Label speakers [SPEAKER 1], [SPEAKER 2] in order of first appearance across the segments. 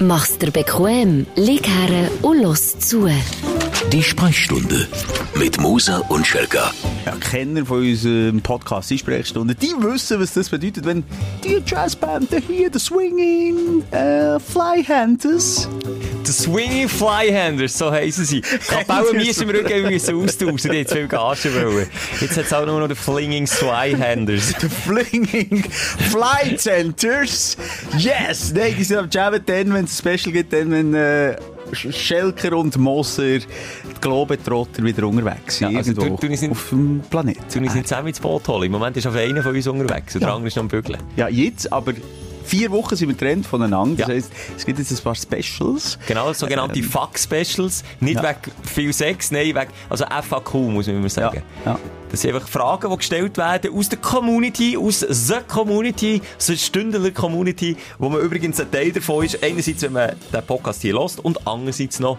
[SPEAKER 1] Mach's dir bequem, lieg her und los zu.
[SPEAKER 2] Die Sprechstunde mit Musa und Schelga.
[SPEAKER 3] Ja, Kenner von unserem Podcast, die Sprechstunde, die wissen, was das bedeutet, wenn die Jazzband hier, die Swinging äh, Flyhunters,
[SPEAKER 4] Die Swingy Flyhanders, so heissen sie. Kapellen müssen wir irgendwie müssen austauschen, die jetzt viel Gage wollen. Jetzt hat es auch nur noch die Flinging Flyhanders.
[SPEAKER 3] die Flinging Flyhunters, yes, nein, die sind am Jammen dann, wenn es Special gibt, dann, wenn äh, Sch- Schelker und Moser, die Globetrotter, wieder unterwegs sind,
[SPEAKER 4] Ja, also
[SPEAKER 3] irgendwo
[SPEAKER 4] du- du sind-
[SPEAKER 3] auf dem Planeten.
[SPEAKER 4] Zu uns sind zusammen ins Boot holen. Im Moment ist auf einer von uns unterwegs und der andere ist noch am Bügeln.
[SPEAKER 3] Ja, jetzt, aber vier Wochen sind wir getrennt voneinander. Das
[SPEAKER 4] Ja.
[SPEAKER 3] heisst, es gibt jetzt ein paar Specials.
[SPEAKER 4] Genau, sogenannte
[SPEAKER 3] Ähm.
[SPEAKER 4] Fuck-Specials. Nicht
[SPEAKER 3] Ja.
[SPEAKER 4] wegen viel Sex, nein, wegen, also FAQ muss man immer
[SPEAKER 3] Ja,
[SPEAKER 4] sagen.
[SPEAKER 3] ja.
[SPEAKER 4] Das sind einfach Fragen, die gestellt werden aus der Community, aus der Community, aus der Stündeler Community, wo man übrigens ein Teil davon ist. Einerseits, wenn man den Podcast hier hört und andererseits noch,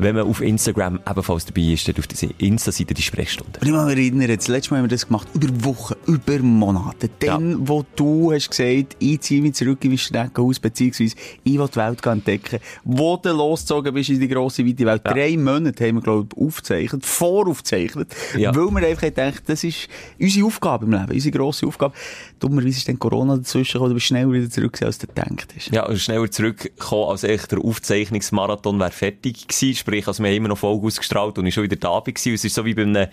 [SPEAKER 4] wenn man auf Instagram ebenfalls dabei ist, dann auf der Insta-Seite die Sprechstunde.
[SPEAKER 3] Und ich muss mich erinnern, das letzte Mal haben wir das gemacht, über Wochen, über Monate. Dann, wo du hast gesagt, ich ziehe mich zurück in mein Schneckenhaus, beziehungsweise ich will die Welt gehen entdecken. Wo du losgezogen bist in die grosse, weite Welt. Drei Monate haben wir, glaube ich, aufgezeichnet, voraufgezeichnet,
[SPEAKER 4] Ja.
[SPEAKER 3] weil wir einfach gedacht das ist unsere Aufgabe im Leben, unsere grosse Aufgabe. Dummerweise ist dann Corona dazwischen gekommen, du bist schneller wieder zurück, als du gedacht hast.
[SPEAKER 4] Ja, und schneller zurückgekommen, als echt der Aufzeichnungsmarathon wäre fertig gewesen. Sprich, also wir haben immer noch Folge ausgestrahlt und ich schon wieder da bin. Es ist so wie bei einem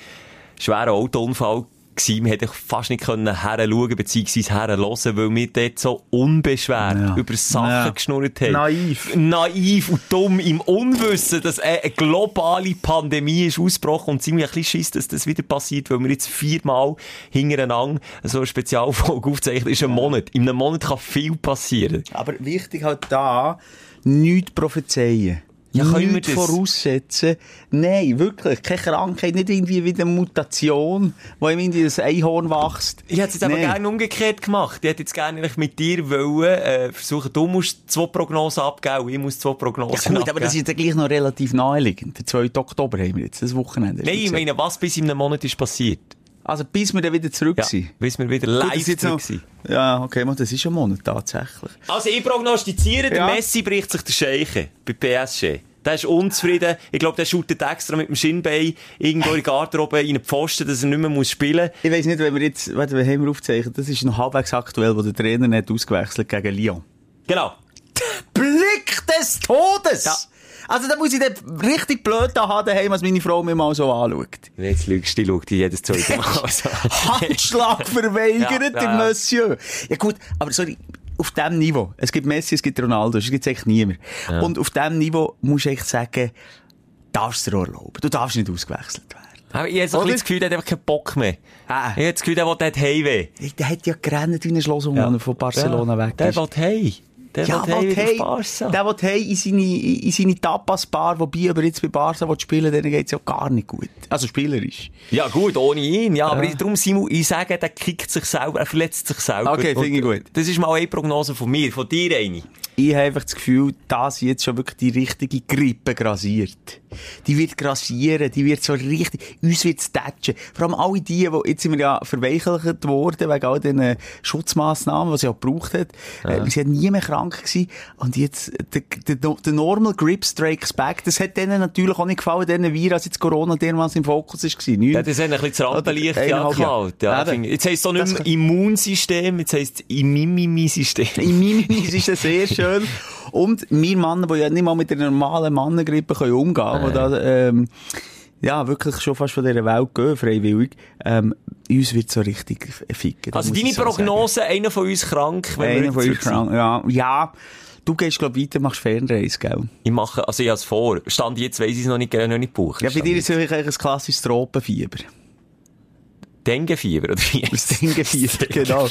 [SPEAKER 4] schweren Autounfall gewesen. Man hätte fast nicht können heranschauen beziehungsweise herhören, weil wir dort so unbeschwert
[SPEAKER 3] Ja.
[SPEAKER 4] über Sachen
[SPEAKER 3] Ja.
[SPEAKER 4] geschnurrt haben.
[SPEAKER 3] Naiv.
[SPEAKER 4] Naiv und dumm im Unwissen, dass äh, eine globale Pandemie ist ausgebrochen und ziemlich ein bisschen Schiss, dass das wieder passiert, weil wir jetzt viermal hintereinander so eine Spezialfolge aufzeichnen. Ist ein Monat. In einem Monat kann viel passieren.
[SPEAKER 3] Aber wichtig halt da, nichts prophezeien.
[SPEAKER 4] Ja, können wir
[SPEAKER 3] Nichts
[SPEAKER 4] das?
[SPEAKER 3] voraussetzen. Nein, wirklich. Keine Krankheit, nicht irgendwie wie eine Mutation, wo ihm irgendwie das Einhorn wächst.
[SPEAKER 4] Ich hätte es jetzt aber
[SPEAKER 3] Nein.
[SPEAKER 4] gerne umgekehrt gemacht. Ich hätte jetzt gerne eigentlich mit dir wollen, äh, versuchen, du musst zwei Prognosen abgeben und ich muss zwei Prognosen
[SPEAKER 3] Ja, gut, aber
[SPEAKER 4] abgeben.
[SPEAKER 3] das ist ja gleich noch relativ naheliegend. Der 2. Oktober haben wir jetzt, das Wochenende. hast du
[SPEAKER 4] Nein, ich
[SPEAKER 3] gesagt.
[SPEAKER 4] meine, was bis in einem Monat ist passiert?
[SPEAKER 3] Also, bis wir dann wieder zurück
[SPEAKER 4] Ja,
[SPEAKER 3] sind.
[SPEAKER 4] bis wir wieder
[SPEAKER 3] Gut, das
[SPEAKER 4] live
[SPEAKER 3] ist jetzt noch-
[SPEAKER 4] zurück sind.
[SPEAKER 3] Ja, okay, man, das ist ein Monat tatsächlich.
[SPEAKER 4] Also, ich prognostiziere, der
[SPEAKER 3] Ja.
[SPEAKER 4] Messi bricht sich der Scheiche bei PSG. Der ist unzufrieden. Ich glaube, der shootet extra mit dem Schienbein irgendwo in den Garderobe in den Pfosten, dass er nicht mehr muss spielen muss.
[SPEAKER 3] Ich weiss nicht, wenn wir jetzt, warte, wir haben wir aufgezeichnet, das ist noch halbwegs aktuell, wo der Trainer nicht ausgewechselt gegen Lyon.
[SPEAKER 4] Genau.
[SPEAKER 3] Blick des Todes!
[SPEAKER 4] Ja.
[SPEAKER 3] Also da muss ich dann richtig blöd da haben daheim, als meine Frau mir mal so anschaut.
[SPEAKER 4] Jetzt lügst du, ich schau dich jedes zweite Mal so an.
[SPEAKER 3] Handschlag verweigert,
[SPEAKER 4] Ja,
[SPEAKER 3] der
[SPEAKER 4] ja, ja.
[SPEAKER 3] Monsieur. Ja gut, aber sorry, auf diesem Niveau, es gibt Messi, es gibt Ronaldo, es gibt echt niemand. Und auf diesem Niveau musst du echt sagen, darfst du dir erlauben, du darfst nicht ausgewechselt werden.
[SPEAKER 4] Aber ich habe so ein
[SPEAKER 3] Oder?
[SPEAKER 4] bisschen das Gefühl, der hat einfach keinen Bock mehr.
[SPEAKER 3] Ah.
[SPEAKER 4] Ich habe das Gefühl, der will dort Heimweh.
[SPEAKER 3] Ey, Der hat ja gerannt wie ein Schloss, ja. von Barcelona weg
[SPEAKER 4] Der
[SPEAKER 3] ist.
[SPEAKER 4] will hey. Der
[SPEAKER 3] Ja,
[SPEAKER 4] will hey
[SPEAKER 3] will
[SPEAKER 4] wieder auf
[SPEAKER 3] hey,
[SPEAKER 4] Barca.
[SPEAKER 3] der will hey in seine, in seine Tapas-Bar, wobei aber jetzt bei Barca will spielen, denen geht's ja gar nicht gut. Also spielerisch.
[SPEAKER 4] Ja gut, ohne ihn. Ja, aber ich- darum, Simon, ich sage, der kickt sich selber, er verletzt sich selber.
[SPEAKER 3] Okay,
[SPEAKER 4] Und
[SPEAKER 3] finde ich gut.
[SPEAKER 4] Das ist mal eine Prognose von mir, von dir eine.
[SPEAKER 3] Ich habe einfach das Gefühl, dass jetzt schon wirklich die richtige Grippe grasiert. Die wird grasieren, die wird so richtig, uns wird's tätschen. Vor allem alle die, die jetzt sind wir ja verweichlicht worden wegen all den äh, Schutzmassnahmen, die sie auch gebraucht hat. Äh, sie hat nie mehr krank gewesen. Und jetzt, äh, der, der, der Normal Grip Strikes Back, das hat denen natürlich auch nicht gefallen, denen Virus, jetzt Corona, dermaßen im Fokus ist gewesen. Neun-
[SPEAKER 4] Ja, das hat ein bisschen das Rampenlicht
[SPEAKER 3] Oder
[SPEAKER 4] ja,
[SPEAKER 3] eineinhalb Jahre.
[SPEAKER 4] geklaut. Ja,
[SPEAKER 3] Eben.
[SPEAKER 4] finde ich. jetzt heisst es so nicht
[SPEAKER 3] Das
[SPEAKER 4] mehr
[SPEAKER 3] kann-
[SPEAKER 4] Immunsystem, jetzt heisst es Imimimi-System.
[SPEAKER 3] In meinem Eis ist das sehr schön. Und wir Männer, die ja nicht mal mit der normalen Mannengrippe können umgehen können, die da, ähm, ja, wirklich schon fast von dieser Welt gehen, freiwillig, ähm, uns wird so richtig f- ficken. das
[SPEAKER 4] Also
[SPEAKER 3] muss
[SPEAKER 4] deine
[SPEAKER 3] ich so
[SPEAKER 4] Prognose, einer von uns krank,
[SPEAKER 3] sagen. Einer
[SPEAKER 4] wenn wir jetzt
[SPEAKER 3] von euch
[SPEAKER 4] zurück sind.
[SPEAKER 3] krank. Ja, ja. Du gehst, glaub ich, weiter, machst Fernreise, gell?
[SPEAKER 4] Ich mache, also ich habe es vor. Stand jetzt weiss ich es noch nicht, noch nicht buchen.
[SPEAKER 3] Ja, bei dir ist es wirklich ein klassisches Tropenfieber.
[SPEAKER 4] Denguefieber, oder wie?
[SPEAKER 3] Das Denguefieber, genau.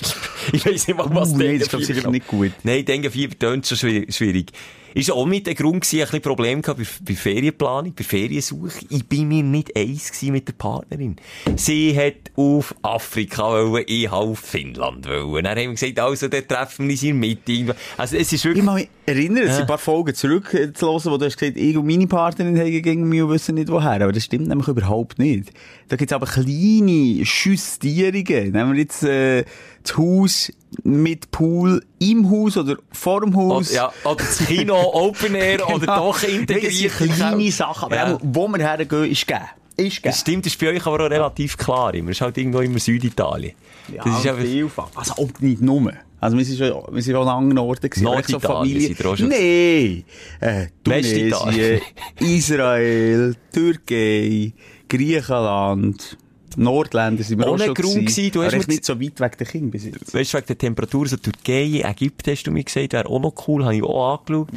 [SPEAKER 4] Ich weiss nicht mal, was
[SPEAKER 3] Uh, nee, das ist
[SPEAKER 4] Denguefieber
[SPEAKER 3] sicher
[SPEAKER 4] genau-
[SPEAKER 3] nicht gut.
[SPEAKER 4] Nein, Denguefieber tönt schon schwi- schwierig. Ist auch mit dem Grund gewesen, ich hatte ein Problem gehabt bei, bei Ferienplanung, bei Feriensuche. Ich bin mir nicht eins gewesen mit der Partnerin. Sie hat auf Afrika wollen, ich habe auf Finnland wollen. Dann haben wir gesagt, also, dann "Nou, treffen wir uns in der Mitte. Also, es ist
[SPEAKER 3] Ich
[SPEAKER 4] wirklich...
[SPEAKER 3] kann mich erinnern, es sind ein paar Folgen zurück äh, zu hören, wo du hast gesagt, ich und meine Partnerin haben gegen mich und wissen nicht woher. Aber das stimmt nämlich überhaupt nicht. Da gibt es aber kleine Justierungen. Nehmen wir jetzt äh, das Haus mit Pool im Haus oder vor dem Haus.
[SPEAKER 4] Oder, ja, oder das Kino, Open Air, oder
[SPEAKER 3] Genau.
[SPEAKER 4] doch
[SPEAKER 3] Nein, das sind
[SPEAKER 4] integriert.
[SPEAKER 3] kleine Sachen, aber
[SPEAKER 4] Ja.
[SPEAKER 3] auch, wo wir hergehen, ist gegeben. Ist
[SPEAKER 4] Das
[SPEAKER 3] gegeben.
[SPEAKER 4] stimmt, das ist bei euch aber auch relativ klar immer. Es ist halt irgendwo immer Süditalien. das ist einfach,
[SPEAKER 3] vielfach. Also, ob nicht nur. Also, wir sind schon, wir sind schon an anderen Orten gewesen. aber echt so
[SPEAKER 4] Norditalien
[SPEAKER 3] Familie.
[SPEAKER 4] sind wir auch schon
[SPEAKER 3] Nein! Äh, Tunesien,
[SPEAKER 4] Westitalien.
[SPEAKER 3] Israel, Türkei, Griechenland, Nordländer sind wir auch
[SPEAKER 4] Ohne
[SPEAKER 3] schon
[SPEAKER 4] Grund gewesen, du hast
[SPEAKER 3] aber
[SPEAKER 4] mir
[SPEAKER 3] echt nicht so weit weg der Kinder bis jetzt.
[SPEAKER 4] weißt du, wegen der Temperatur, so Türkei, Ägypten hast du mir gesagt, wäre auch noch cool, habe ich auch angeschaut.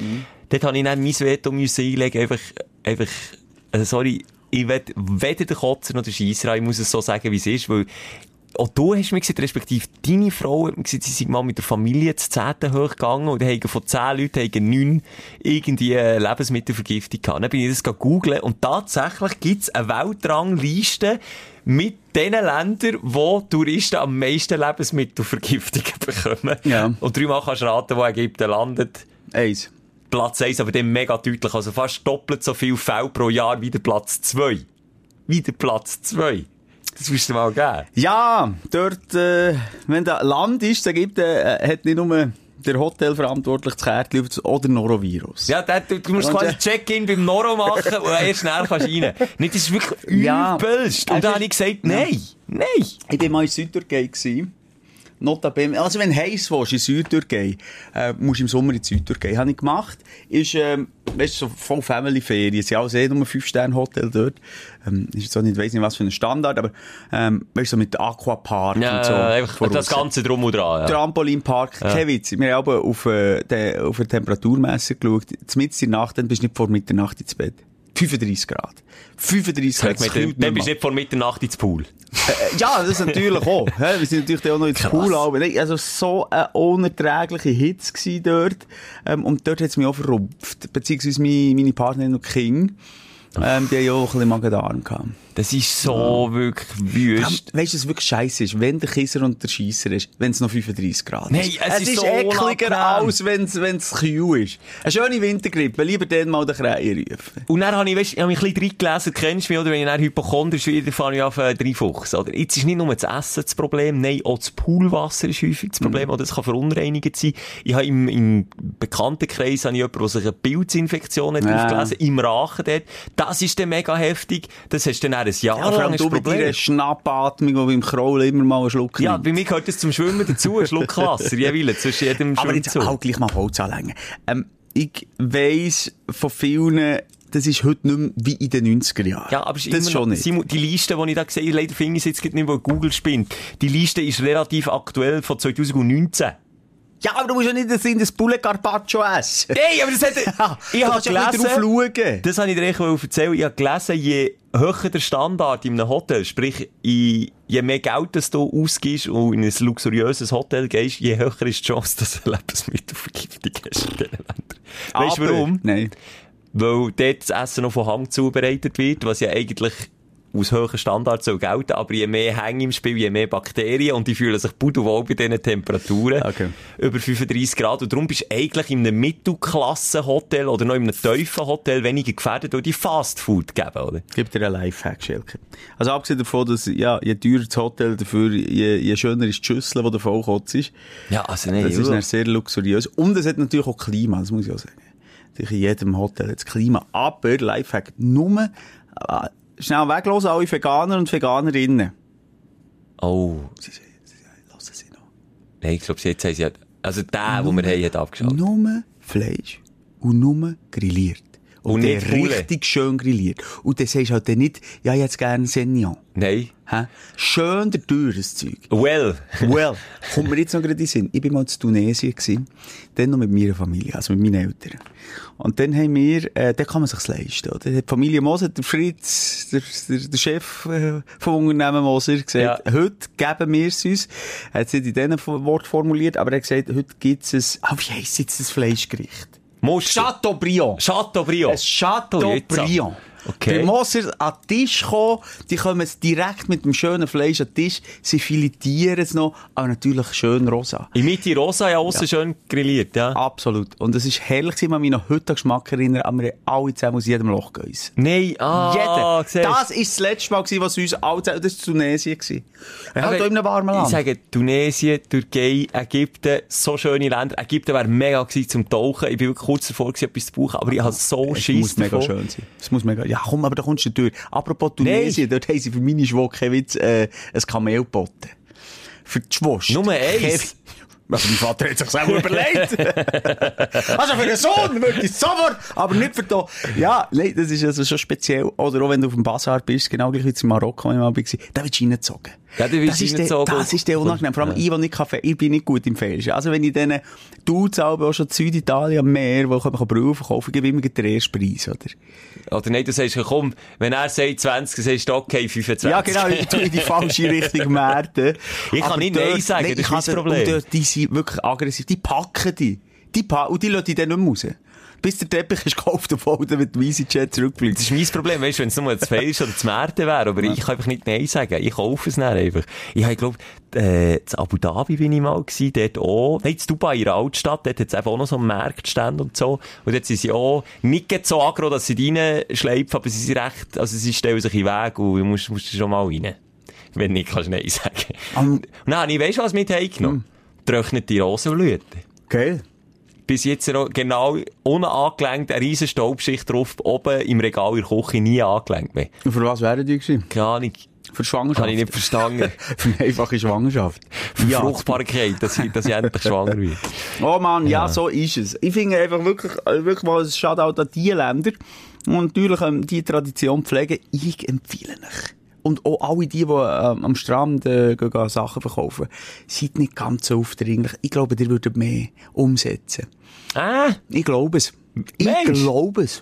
[SPEAKER 4] Dort habe ich dann mein Veto müssen einlegen, einfach, einfach, also sorry, ich will weder den Kotzer noch den Scheissrer, ich muss es so sagen, wie es ist, weil auch du hast mir gesagt, respektive deine Frau hat mir gesagt, sie sind mal mit der Familie zu Zehnten hochgegangen und haben von zehn Leuten haben neun irgendwie äh, Lebensmittelvergiftung gehabt. Dann bin ich das gegoogelt und tatsächlich gibt es eine Weltrangliste mit den Ländern, wo Touristen am meisten Lebensmittelvergiftungen bekommen.
[SPEAKER 3] Ja.
[SPEAKER 4] Und dreimal kannst du raten, wo Ägypten landet.
[SPEAKER 3] Eins.
[SPEAKER 4] Platz 1, aber dann mega deutlich. Also fast doppelt so viel Fälle pro Jahr wie der Platz 2. Wie der Platz 2. Das musst du dir mal geben.
[SPEAKER 3] Ja, dort, äh, wenn da Land ist, dann gibt, äh, hat nicht nur der Hotelverantwortlich das Kärtchen auf das- oder Norovirus.
[SPEAKER 4] Ja, der, du, du musst
[SPEAKER 3] Und, äh,
[SPEAKER 4] quasi Check-in beim Noro machen und erst schnell kannst du rein. Nein, das ist wirklich
[SPEAKER 3] Ja.
[SPEAKER 4] übelst.
[SPEAKER 3] Es
[SPEAKER 4] Und dann
[SPEAKER 3] ist-
[SPEAKER 4] habe ich gesagt, nein, nein.
[SPEAKER 3] Ich bin mal in Südtürkei gewesen. Notabene, also wenn du heiss willst, in Südtürkei, äh, musst du im Sommer in die Südtürkei. Habe ich gemacht. Ist, ähm, weißt du, so voll Family-Ferien. Es sind alles eh nur 5-Sterne-Hotel dort. Ähm, ist jetzt auch nicht, weiss nicht was für ein Standard, aber, ähm, weißt du, so mit Aquapark
[SPEAKER 4] Ja, äh,
[SPEAKER 3] und so.
[SPEAKER 4] einfach das
[SPEAKER 3] voraus.
[SPEAKER 4] Ganze drum und dran. Ja.
[SPEAKER 3] Trampolinpark, kein Witz. Wir haben aber auf, äh, den, auf ein Temperaturmesser geschaut. Mitten in der Nacht, dann bist du nicht vor Mitternacht ins Bett. 35 Grad. 35 Grad.
[SPEAKER 4] Sag mir,
[SPEAKER 3] das kühlt nicht
[SPEAKER 4] Dann bist
[SPEAKER 3] mal.
[SPEAKER 4] du nicht vor Mitternacht ins Pool.
[SPEAKER 3] Äh, Ja, das ist natürlich auch. hä? Wir sind natürlich dann auch noch ins Pool aber nein, Also so eine unerträgliche Hitze eh, gsi dort. Ähm, und dort hat's mich auch verrupft. Beziehungsweise meine, meine Partnerin und King. Ähm, die haben ja auch ein bisschen Magen-Darm gehabt.
[SPEAKER 4] Das ist so wirklich wüst.
[SPEAKER 3] Weißt du, was wirklich dus scheiße ist? Wenn der Kisser und der Scheisser ist, wenn es noch 35 Grad
[SPEAKER 4] Nein,
[SPEAKER 3] ist.
[SPEAKER 4] es ist so
[SPEAKER 3] ekliger
[SPEAKER 4] unangenehm.
[SPEAKER 3] als wenn es kühl ist. Eine schöne Wintergrippe, lieber den mal den Krähen rufen.
[SPEAKER 4] Und dann habe ich, weißt, ich hab mich ein bisschen reingelesen, kennst du mich, oder? Wenn ich dann hypochondrisch werde, fange ich auf Dreifuchsen, oder? Jetzt ist nicht nur das Essen das Problem, nein, auch das Poolwasser ist häufig das
[SPEAKER 3] Mhm.
[SPEAKER 4] Problem, oder? Es kann verunreinigend sein. Ich habe im, im Bekanntenkreis habe ich jemanden, der sich eine Pilzinfektion hat
[SPEAKER 3] Ja.
[SPEAKER 4] aufgelesen, im Rachen dort. Das ist dann mega heftig. Das hast du dann dann ein Jahr
[SPEAKER 3] Ja, vor
[SPEAKER 4] lang
[SPEAKER 3] allem
[SPEAKER 4] ein
[SPEAKER 3] du mit
[SPEAKER 4] Problem.
[SPEAKER 3] deiner Schnappatmung, die beim Kraulen immer mal einen Schluck
[SPEAKER 4] Ja,
[SPEAKER 3] nimmt.
[SPEAKER 4] bei mir gehört das zum Schwimmen dazu, ein Schluck Wasser, jeweils, zwischen jedem
[SPEAKER 3] Aber jetzt
[SPEAKER 4] Schwimmzug.
[SPEAKER 3] auch gleich mal Holz anlängen. Ähm, ich weiss von vielen, das ist heute nicht mehr wie in den 90er Jahren.
[SPEAKER 4] Ja, aber es ist
[SPEAKER 3] das
[SPEAKER 4] immer
[SPEAKER 3] schon
[SPEAKER 4] noch-
[SPEAKER 3] nicht.
[SPEAKER 4] Simon, die Liste, die ich da gesehen habe, leider finde ich sie jetzt gerade nicht, wo Google spinnt. Die Liste ist relativ aktuell von 2019.
[SPEAKER 3] Ja, aber du musst ja nicht das in das Bulle Carpaccio essen.
[SPEAKER 4] Hey, aber das hat, ich
[SPEAKER 3] Du
[SPEAKER 4] habe
[SPEAKER 3] kannst ja nicht
[SPEAKER 4] gelesen,
[SPEAKER 3] drauf schauen.
[SPEAKER 4] das habe ich dir echt wollen erzählen, ich habe gelesen, je höher der Standard in einem Hotel, sprich, je je mehr Geld das du ausgibst und in ein luxuriöses Hotel gehst, je höher ist die Chance, dass du eine Lebensmittelvergiftung hast in diesen Ländern. Weißt du
[SPEAKER 3] Aber-
[SPEAKER 4] warum?
[SPEAKER 3] Nein.
[SPEAKER 4] Weil dort das Essen noch von Hang zubereitet wird, was ja eigentlich aus hohen Standards soll gelten, aber je mehr Hänge im Spiel, je mehr Bakterien und die fühlen sich pudelwohl bei diesen Temperaturen.
[SPEAKER 3] Okay.
[SPEAKER 4] Über 35 Grad. Und darum bist du eigentlich in einem Mittelklasse-Hotel oder noch in einem Teufel-Hotel weniger gefährdet, weil die Fastfood geben, oder?
[SPEAKER 3] Gib dir einen Lifehack, Schelke. Also abgesehen davon, dass, ja, je teurer das Hotel, dafür, je, je schöner ist die Schüssel, die davon kotzt ist.
[SPEAKER 4] Ja, also uh.
[SPEAKER 3] Das ist dann sehr luxuriös. Und es hat natürlich auch Klima, das muss ich auch sagen. Natürlich in jedem Hotel hat es Klima. Aber, Lifehack, nur, äh, schnell weglassen, alle Veganer und Veganerinnen.
[SPEAKER 4] Oh,
[SPEAKER 3] Sie, sie, sie lassen sie noch.
[SPEAKER 4] nein, ich glaube, jetzt haben sie ja, also der, den wir haben, hat abgeschaltet.
[SPEAKER 3] Nur Fleisch und nur grilliert. Und,
[SPEAKER 4] Und
[SPEAKER 3] der
[SPEAKER 4] nicht Poulet.
[SPEAKER 3] richtig schön grilliert. Und dann sagst du halt dann nicht, ja, jetzt gerne Sennion.
[SPEAKER 4] Nein.
[SPEAKER 3] Hä? Schön der teures Zeug.
[SPEAKER 4] Well.
[SPEAKER 3] Well, kommt mir jetzt noch gerade in den Sinn. Ich war mal in Tunesien, gewesen, dann noch mit meiner Familie, also mit meinen Eltern. Und dann haben wir, äh, dann kann man sich's leisten, oder? Die Familie Moser, der Fritz, der, der, der Chef äh, vom Unternehmen Moser, gesagt,
[SPEAKER 4] Ja.
[SPEAKER 3] heute geben wir es uns. Er hat es nicht in diesen F- Wort formuliert, aber er hat gesagt, heute gibt's es, ah, wie heisst jetzt das Fleischgericht?
[SPEAKER 4] Muster.
[SPEAKER 3] Chateaubriand.
[SPEAKER 4] Chateaubriand.
[SPEAKER 3] Ein Chateaubriand.
[SPEAKER 4] Okay.
[SPEAKER 3] Bei Moser an den Tisch kommen, die kommen es direkt mit dem schönen Fleisch an den Tisch, sie filetieren es noch, aber natürlich schön rosa.
[SPEAKER 4] In Mitte rosa, ja, aussen schön grilliert, ja.
[SPEAKER 3] Absolut. Und es ist herrlich, gewesen, man mich noch heute an den Geschmack erinnert, aber wir haben alle zusammen aus jedem Loch gegessen.
[SPEAKER 4] Nein, ah,
[SPEAKER 3] Jeder.
[SPEAKER 4] siehst du.
[SPEAKER 3] das war das letzte Mal, gewesen, was uns alle zusammen, das war Tunesien. gewesen. Wir haben
[SPEAKER 4] Aber
[SPEAKER 3] hier in einem warmen
[SPEAKER 4] Ich
[SPEAKER 3] Land.
[SPEAKER 4] sage, Tunesien, Türkei, Ägypten, so schöne Länder. Ägypten wäre mega gewesen zum Tauchen. Ich bin wirklich kurz davor gewesen, etwas zu buchen, aber ich habe so
[SPEAKER 3] Es
[SPEAKER 4] Schiss
[SPEAKER 3] muss mega
[SPEAKER 4] davon.
[SPEAKER 3] schön sein. Es muss mega, ja komm, aber da kommst du nicht durch. Apropos Tunesien, dort haben sie für meine Schwocke keinen Witz, äh, ein Kamel geboten. Für die Schwost.
[SPEAKER 4] Nur eins?
[SPEAKER 3] Aber mein Vater hat sich selber überlegt. also für den Sohn würde ich sofort, aber nicht für da. Ja, nein, das ist also schon speziell. Oder auch wenn du auf dem Bazar bist, genau gleich wie in Marokko, wenn ich mal war, da willst du reingezogen.
[SPEAKER 4] Ja, da willst
[SPEAKER 3] das
[SPEAKER 4] du
[SPEAKER 3] ist der,
[SPEAKER 4] reingezogen.
[SPEAKER 3] Das ist der unangenehm. Vor allem ich, der nicht kann, fe- ich bin nicht gut im Fälschen. Also wenn ich denen, du zahlst auch schon Süditalien mehr, wo ich Brühe verkaufen kann, gebe ich immer den ersten Preis, oder?
[SPEAKER 4] Oder nicht, du sagst, komm, wenn er sagt 20, sagst du, okay, 25.
[SPEAKER 3] Ja, nou, genau, ich tue in die falsche Richtung Märten.
[SPEAKER 4] Ich kann
[SPEAKER 3] Aber
[SPEAKER 4] nicht
[SPEAKER 3] dort-
[SPEAKER 4] Nein sagen, das
[SPEAKER 3] ich
[SPEAKER 4] ist
[SPEAKER 3] kann
[SPEAKER 4] mein
[SPEAKER 3] dort-
[SPEAKER 4] Problem.
[SPEAKER 3] Und dort, die sind wirklich aggressiv, die packen die. die pa und die lassen die dann nicht mehr raus. Bis der Teppich ist gekauft, obwohl der mit dem EasyJet zurückbleibt.
[SPEAKER 4] Das ist mein Problem, weißt du, wenn es nur das Fels oder das Märten wäre, aber ich kann einfach nicht Nein sagen. Ich kaufe es dann einfach. Ich habe, glaub, äh, in Abu Dhabi bin ich mal gewesen, dort auch. Nein, in Dubai, in der Altstadt, dort hat es einfach auch noch so Märktstände und so. Und dort sind sie auch nicht gerade so aggro, dass sie die reinschleifen, aber sie sind recht, also sie stellen sich in den Weg und du musst, musst schon mal rein. Wenn nicht, kannst du Nein sagen.
[SPEAKER 3] Am-
[SPEAKER 4] Und dann habe ich, weißt du, was mit heimgenommen? Getrocknete Rosenblüten
[SPEAKER 3] Geil.
[SPEAKER 4] bis jetzt noch genau unangelenkt eine riesen Staubschicht drauf, oben im Regal in der Küche nie angelenkt mehr.
[SPEAKER 3] Und für was wären die gewesen?
[SPEAKER 4] Keine Ahnung.
[SPEAKER 3] Für Schwangerschaft?
[SPEAKER 4] Habe ich nicht verstanden.
[SPEAKER 3] Für eine einfache Schwangerschaft.
[SPEAKER 4] Für Fruchtbarkeit, dass ich, dass ich endlich schwanger wird.
[SPEAKER 3] Oh Mann, ja. so ist es. Ich finde einfach wirklich, äh, wirklich mal ein Shoutout an diese Länder. Und natürlich ähm, die Tradition pflegen, ich empfehle euch. Und auch alle die, die ähm, am Strand äh, gehen, gehen Sachen verkaufen, seid nicht ganz so aufdringlich. Ich glaube, ihr würdet mehr umsetzen.
[SPEAKER 4] Ah,
[SPEAKER 3] Ich glaube es. Ich
[SPEAKER 4] Mensch.
[SPEAKER 3] glaube es.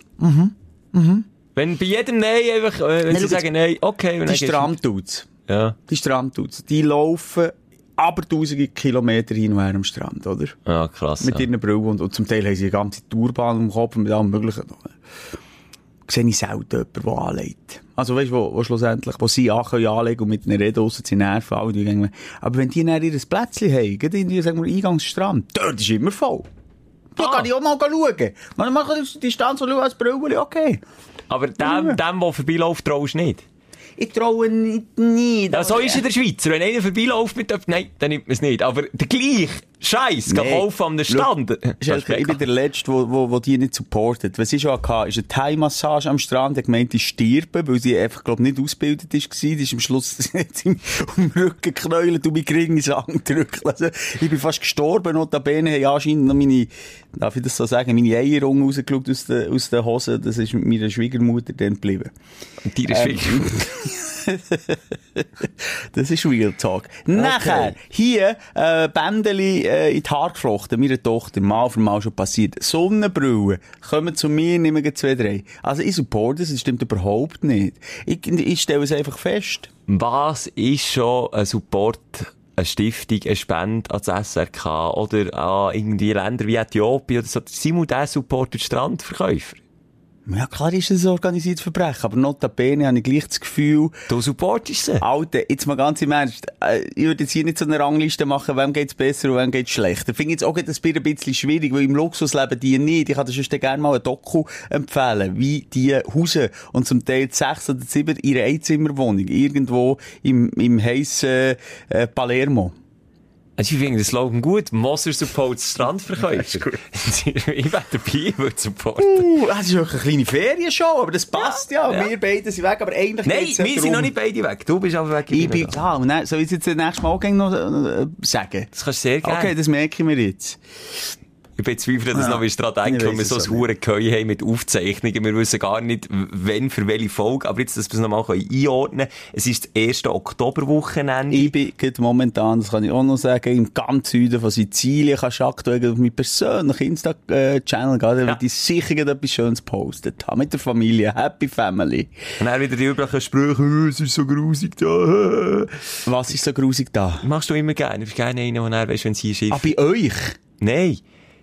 [SPEAKER 4] wenn bei jedem Nein einfach, äh, wenn
[SPEAKER 3] Nein,
[SPEAKER 4] sie
[SPEAKER 3] schau,
[SPEAKER 4] sagen Nein, okay, wenn
[SPEAKER 3] Die Stranddudes,
[SPEAKER 4] Ja.
[SPEAKER 3] die Stranddudes, die laufen aber tausende Kilometer hin und her am Strand, oder?
[SPEAKER 4] Ja, Ah, krass.
[SPEAKER 3] mit
[SPEAKER 4] ja.
[SPEAKER 3] ihren Brillen und, und zum Teil haben sie eine ganze Tourbahn im Kopf und mit allem möglichen. Sehe ich selten jemanden, der anlegt. Also weißt du, wo, wo schlussendlich, wo sie an können anlegen und mit einer Rede draussen sie nerven, alle die gehen. Aber wenn die dann ihr Plätzchen haben, gerade in die, sagen wir, Eingangsstrand, dort ist immer voll. Da
[SPEAKER 4] Ah.
[SPEAKER 3] kann ich auch mal schauen. Man macht die Distanz und schaut als Brille, okay.
[SPEAKER 4] Aber dem, dem, der vorbeiläuft, traust du nicht.
[SPEAKER 3] Ich traue nicht, nie.
[SPEAKER 4] Ja, so ist ja der Schweizer. Wenn einer vorbeiläuft mit jemandem, nein, dann nimmt man es nicht. Aber der gleiche Scheiß, nee.
[SPEAKER 3] Nee.
[SPEAKER 4] kaufen an den Stand.
[SPEAKER 3] Schelke, ich bin der Letzte, wo, wo, wo die nicht supportet. Was ich schon hatte, ist eine Thai-Massage am Strand. Die Gemeinde stirben, weil sie einfach, glaub nicht ausgebildet ist. gewesen. Die ist am Schluss im, um den Rücken geknäult und mich gering ins Hang drücken lassen. Also, Ich bin fast gestorben. Notabene haben anscheinend noch meine, darf ich das so sagen, meine Eierung rausgeschaut aus den, aus den Hosen. Das ist mit meiner Schwiegermutter dann geblieben.
[SPEAKER 4] Dir
[SPEAKER 3] Ähm,
[SPEAKER 4] ist wirklich-
[SPEAKER 3] Das ist Real Talk. Nachher, hier, äh, Bändeli äh, in die Haare geflochten, meiner Tochter, mal für mal schon passiert. Sonnenbrille, kommen zu mir, nehmen gleich zwei, drei. Also ich supporte es, das stimmt überhaupt nicht. Ich, ich stelle es einfach fest.
[SPEAKER 4] Was ist schon ein Support, eine Stiftung, eine Spende an das SRK oder an irgendwie Länder wie Äthiopien oder so? Simon, der supportet Strandverkäufer.
[SPEAKER 3] Ja, klar ist es ein organisiertes Verbrechen, aber notabene habe ich gleich das Gefühl,
[SPEAKER 4] Du supportest sie.
[SPEAKER 3] Alter, jetzt mal ganz im Ernst, äh, ich würde jetzt hier nicht so eine Rangliste machen, wem geht's besser und wem geht's schlechter. Finde ich jetzt auch gerade das Bier ein bisschen schwierig, weil im Luxusleben die nicht. Ich kann dir sonst gerne mal ein Doku empfehlen, wie die Hausen und zum Teil sechs oder sieben ihre Einzimmerwohnung irgendwo im, im heissen äh, Palermo.
[SPEAKER 4] Also ich finde Ah, den Slogan gut. Moser supports Strandverkäufer. ich wäre dabei, würde supporten.
[SPEAKER 3] Uh, das ist wirklich eine kleine Ferienshow, aber das passt ja.
[SPEAKER 4] ja.
[SPEAKER 3] Wir beide sind weg, aber eigentlich
[SPEAKER 4] Nein,
[SPEAKER 3] geht's ja
[SPEAKER 4] wir sind
[SPEAKER 3] darum-
[SPEAKER 4] noch nicht beide weg. Du bist aber weg.
[SPEAKER 3] um- Ich
[SPEAKER 4] bin
[SPEAKER 3] bin,
[SPEAKER 4] noch da.
[SPEAKER 3] ah, und dann, soll ich es jetzt das nächste Mal auch gerne noch äh, sagen?
[SPEAKER 4] Das kannst du sehr gerne.
[SPEAKER 3] Okay, das merke ich mir jetzt.
[SPEAKER 4] Ich bezweifle, dass
[SPEAKER 3] Ja.
[SPEAKER 4] noch wieder dran
[SPEAKER 3] Ich
[SPEAKER 4] denken, weil wir
[SPEAKER 3] weiss
[SPEAKER 4] so
[SPEAKER 3] es
[SPEAKER 4] ein
[SPEAKER 3] auch nicht.
[SPEAKER 4] hohes Gehäuse haben mit Aufzeichnungen. Wir wissen gar nicht, wenn für welche Folge. Aber jetzt, dass wir es nochmal einordnen können. Es ist das erste Oktoberwochenende.
[SPEAKER 3] Ich bin gerade momentan, das kann ich auch noch sagen, im ganz Süden von Sizilien kannst du aktuell auf meinen persönlichen Insta-Channel gehen, da ja. werde ich sicher gerade etwas Schönes postet haben. Mit der Familie, Happy Family.
[SPEAKER 4] Und dann wieder die üblichen Sprüche, «Äh, es ist so grusig da.
[SPEAKER 3] Was ist so grusig da?
[SPEAKER 4] Machst du immer gerne. Du bist gerne einer, der dann, weißt, wenn es hier ist.
[SPEAKER 3] Ah, bei euch?
[SPEAKER 4] Nein.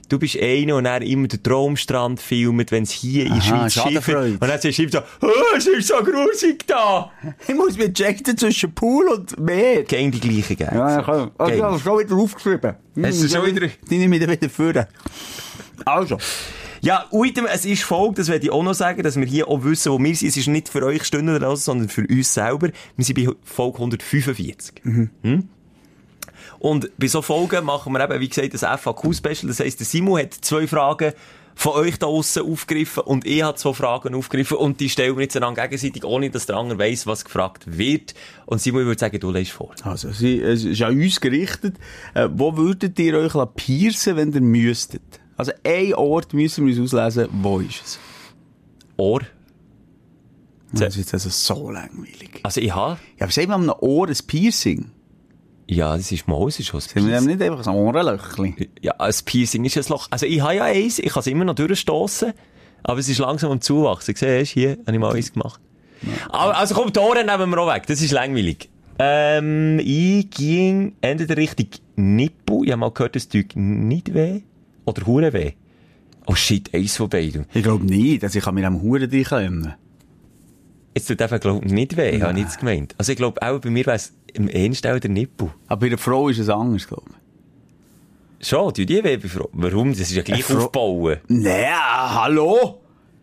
[SPEAKER 4] Du bist einer und dann immer den Traumstrand filmt, wenn es hier in der
[SPEAKER 3] Aha,
[SPEAKER 4] Schweiz schief ist.
[SPEAKER 3] Schadenfreude.
[SPEAKER 4] Und dann schreibt er so, oh, es ist so grusig da.
[SPEAKER 3] Ich muss mir checken zwischen Pool und Meer.
[SPEAKER 4] Gehen die gleichen Gänse.
[SPEAKER 3] Ja, komm. Oh,
[SPEAKER 4] Gehen.
[SPEAKER 3] ich habe schon wieder aufgeschrieben.
[SPEAKER 4] Hast du schon
[SPEAKER 3] Hm,
[SPEAKER 4] wieder-
[SPEAKER 3] Die nehme ich dann wieder führen. Also.
[SPEAKER 4] Ja, Uitem, es ist Folge, das werde ich auch noch sagen, dass wir hier auch wissen, wo wir sind. Es ist nicht für euch Stunden oder so, sondern für uns selber. Wir sind bei Folge 145.
[SPEAKER 3] Mhm.
[SPEAKER 4] Hm? Und bei so Folgen machen wir eben, wie gesagt, das FAQ-Special. Das heisst, der Simon hat zwei Fragen von euch da aussen aufgegriffen und ich habe zwei Fragen aufgegriffen und die stellen wir jetzt einander gegenseitig, ohne dass der andere weiss, was gefragt wird. Und Simon, ich würde sagen, du lässt vor.
[SPEAKER 3] Also, sie, es ist an uns gerichtet. Äh, wo würdet ihr euch la piercen, wenn ihr müsstet? Also, ein Ort müssen wir uns auslesen, wo ist es?
[SPEAKER 4] Ohr.
[SPEAKER 3] Das ist jetzt also so langweilig.
[SPEAKER 4] Also ich habe...
[SPEAKER 3] Ja, aber sehen wir an einem Ohr ein Piercing?
[SPEAKER 4] Ja, das ist mal, es ist schon ein
[SPEAKER 3] Sind wir
[SPEAKER 4] bisschen-
[SPEAKER 3] nämlich nicht einfach ein Ohrenlöchchen?
[SPEAKER 4] Ja, ein Piercing ist ein Loch. Also ich habe ja eins, ich kann es immer noch durchstossen, aber es ist langsam am Zuwachsen. Siehst du, hier habe ich mal eins gemacht. Aber, also komm, die Ohren nehmen wir auch weg, das ist langweilig. Ähm, ich ging entweder richtig Nippel, ich habe mal gehört, das tut nicht weh, oder hure weh. Oh shit, eins von beiden.
[SPEAKER 3] Ich glaube nicht, dass ich kann mir am Huren dich klemmen.
[SPEAKER 4] Jetzt tut einfach, glaube ich, nicht weh, habe ich jetzt gemeint. Also ich glaube, auch bei mir wäre es im Ernst auch der Nippel.
[SPEAKER 3] Aber bei der Frau ist es anders, glaube ich.
[SPEAKER 4] Schon, tut die weh bei Frauen. Warum? Das ist ja gleich
[SPEAKER 3] Eine Frau-
[SPEAKER 4] aufbauen.
[SPEAKER 3] Nee, hallo!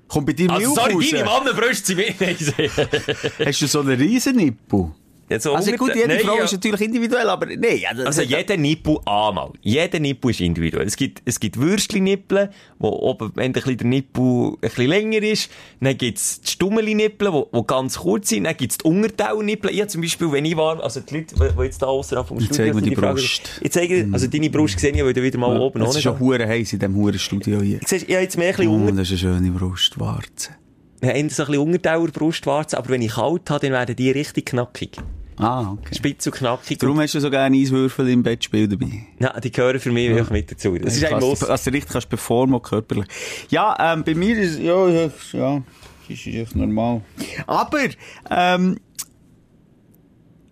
[SPEAKER 3] Kommt bei dir
[SPEAKER 4] Also
[SPEAKER 3] Milch
[SPEAKER 4] sorry,
[SPEAKER 3] raus?
[SPEAKER 4] deine Mannenbrüste sind mir nicht
[SPEAKER 3] Hast du so einen riesen Nippel?
[SPEAKER 4] Ja, so
[SPEAKER 3] Also
[SPEAKER 4] unter-
[SPEAKER 3] gut, jede
[SPEAKER 4] Nein,
[SPEAKER 3] Frau
[SPEAKER 4] ja.
[SPEAKER 3] ist natürlich individuell, aber nein. Ja, das-
[SPEAKER 4] Also jeder Nippel einmal. Jeder Nippel ist individuell. Es gibt, es gibt Würstchen-Nippel, wo oben wenn ein bisschen der Nippel ein bisschen länger ist. Dann gibt's die Stummeli-Nippel, wo, wo ganz kurz sind. Dann gibt's die Untertail-Nippel. Ich hab zum Beispiel, wenn ich war, also die Leute, die- die jetzt da außerhalb vom Studio
[SPEAKER 3] zeig mir
[SPEAKER 4] sind,
[SPEAKER 3] die
[SPEAKER 4] fragen-
[SPEAKER 3] Brust.
[SPEAKER 4] Ich zeige, also deine Brust sehe ich, weil du wieder mal oben
[SPEAKER 3] Es
[SPEAKER 4] ohne
[SPEAKER 3] ist schon hure heiß in diesem hure Studio hier.
[SPEAKER 4] Siehst, ich habe jetzt mehr ein bisschen
[SPEAKER 3] Oh,
[SPEAKER 4] Unter-
[SPEAKER 3] das ist eine schöne Brustwarze.
[SPEAKER 4] ja, eher so ein bisschen Untertauer-Brustwarze, aber wenn ich kalt habe, dann werden die richtig knackig.
[SPEAKER 3] Ah, okay.
[SPEAKER 4] Spitz und knackig.
[SPEAKER 3] Darum hast du so gerne Eiswürfel im Bettspiel dabei.
[SPEAKER 4] Nein, die gehören für mich wirklich mit dazu. Das ist ein
[SPEAKER 3] Dass
[SPEAKER 4] Muss.
[SPEAKER 3] du- dass du richtig kannst performen auch körperlich. Ja, ähm, bei mir ist ja, ja, ja, ist echt normal. Aber, ähm,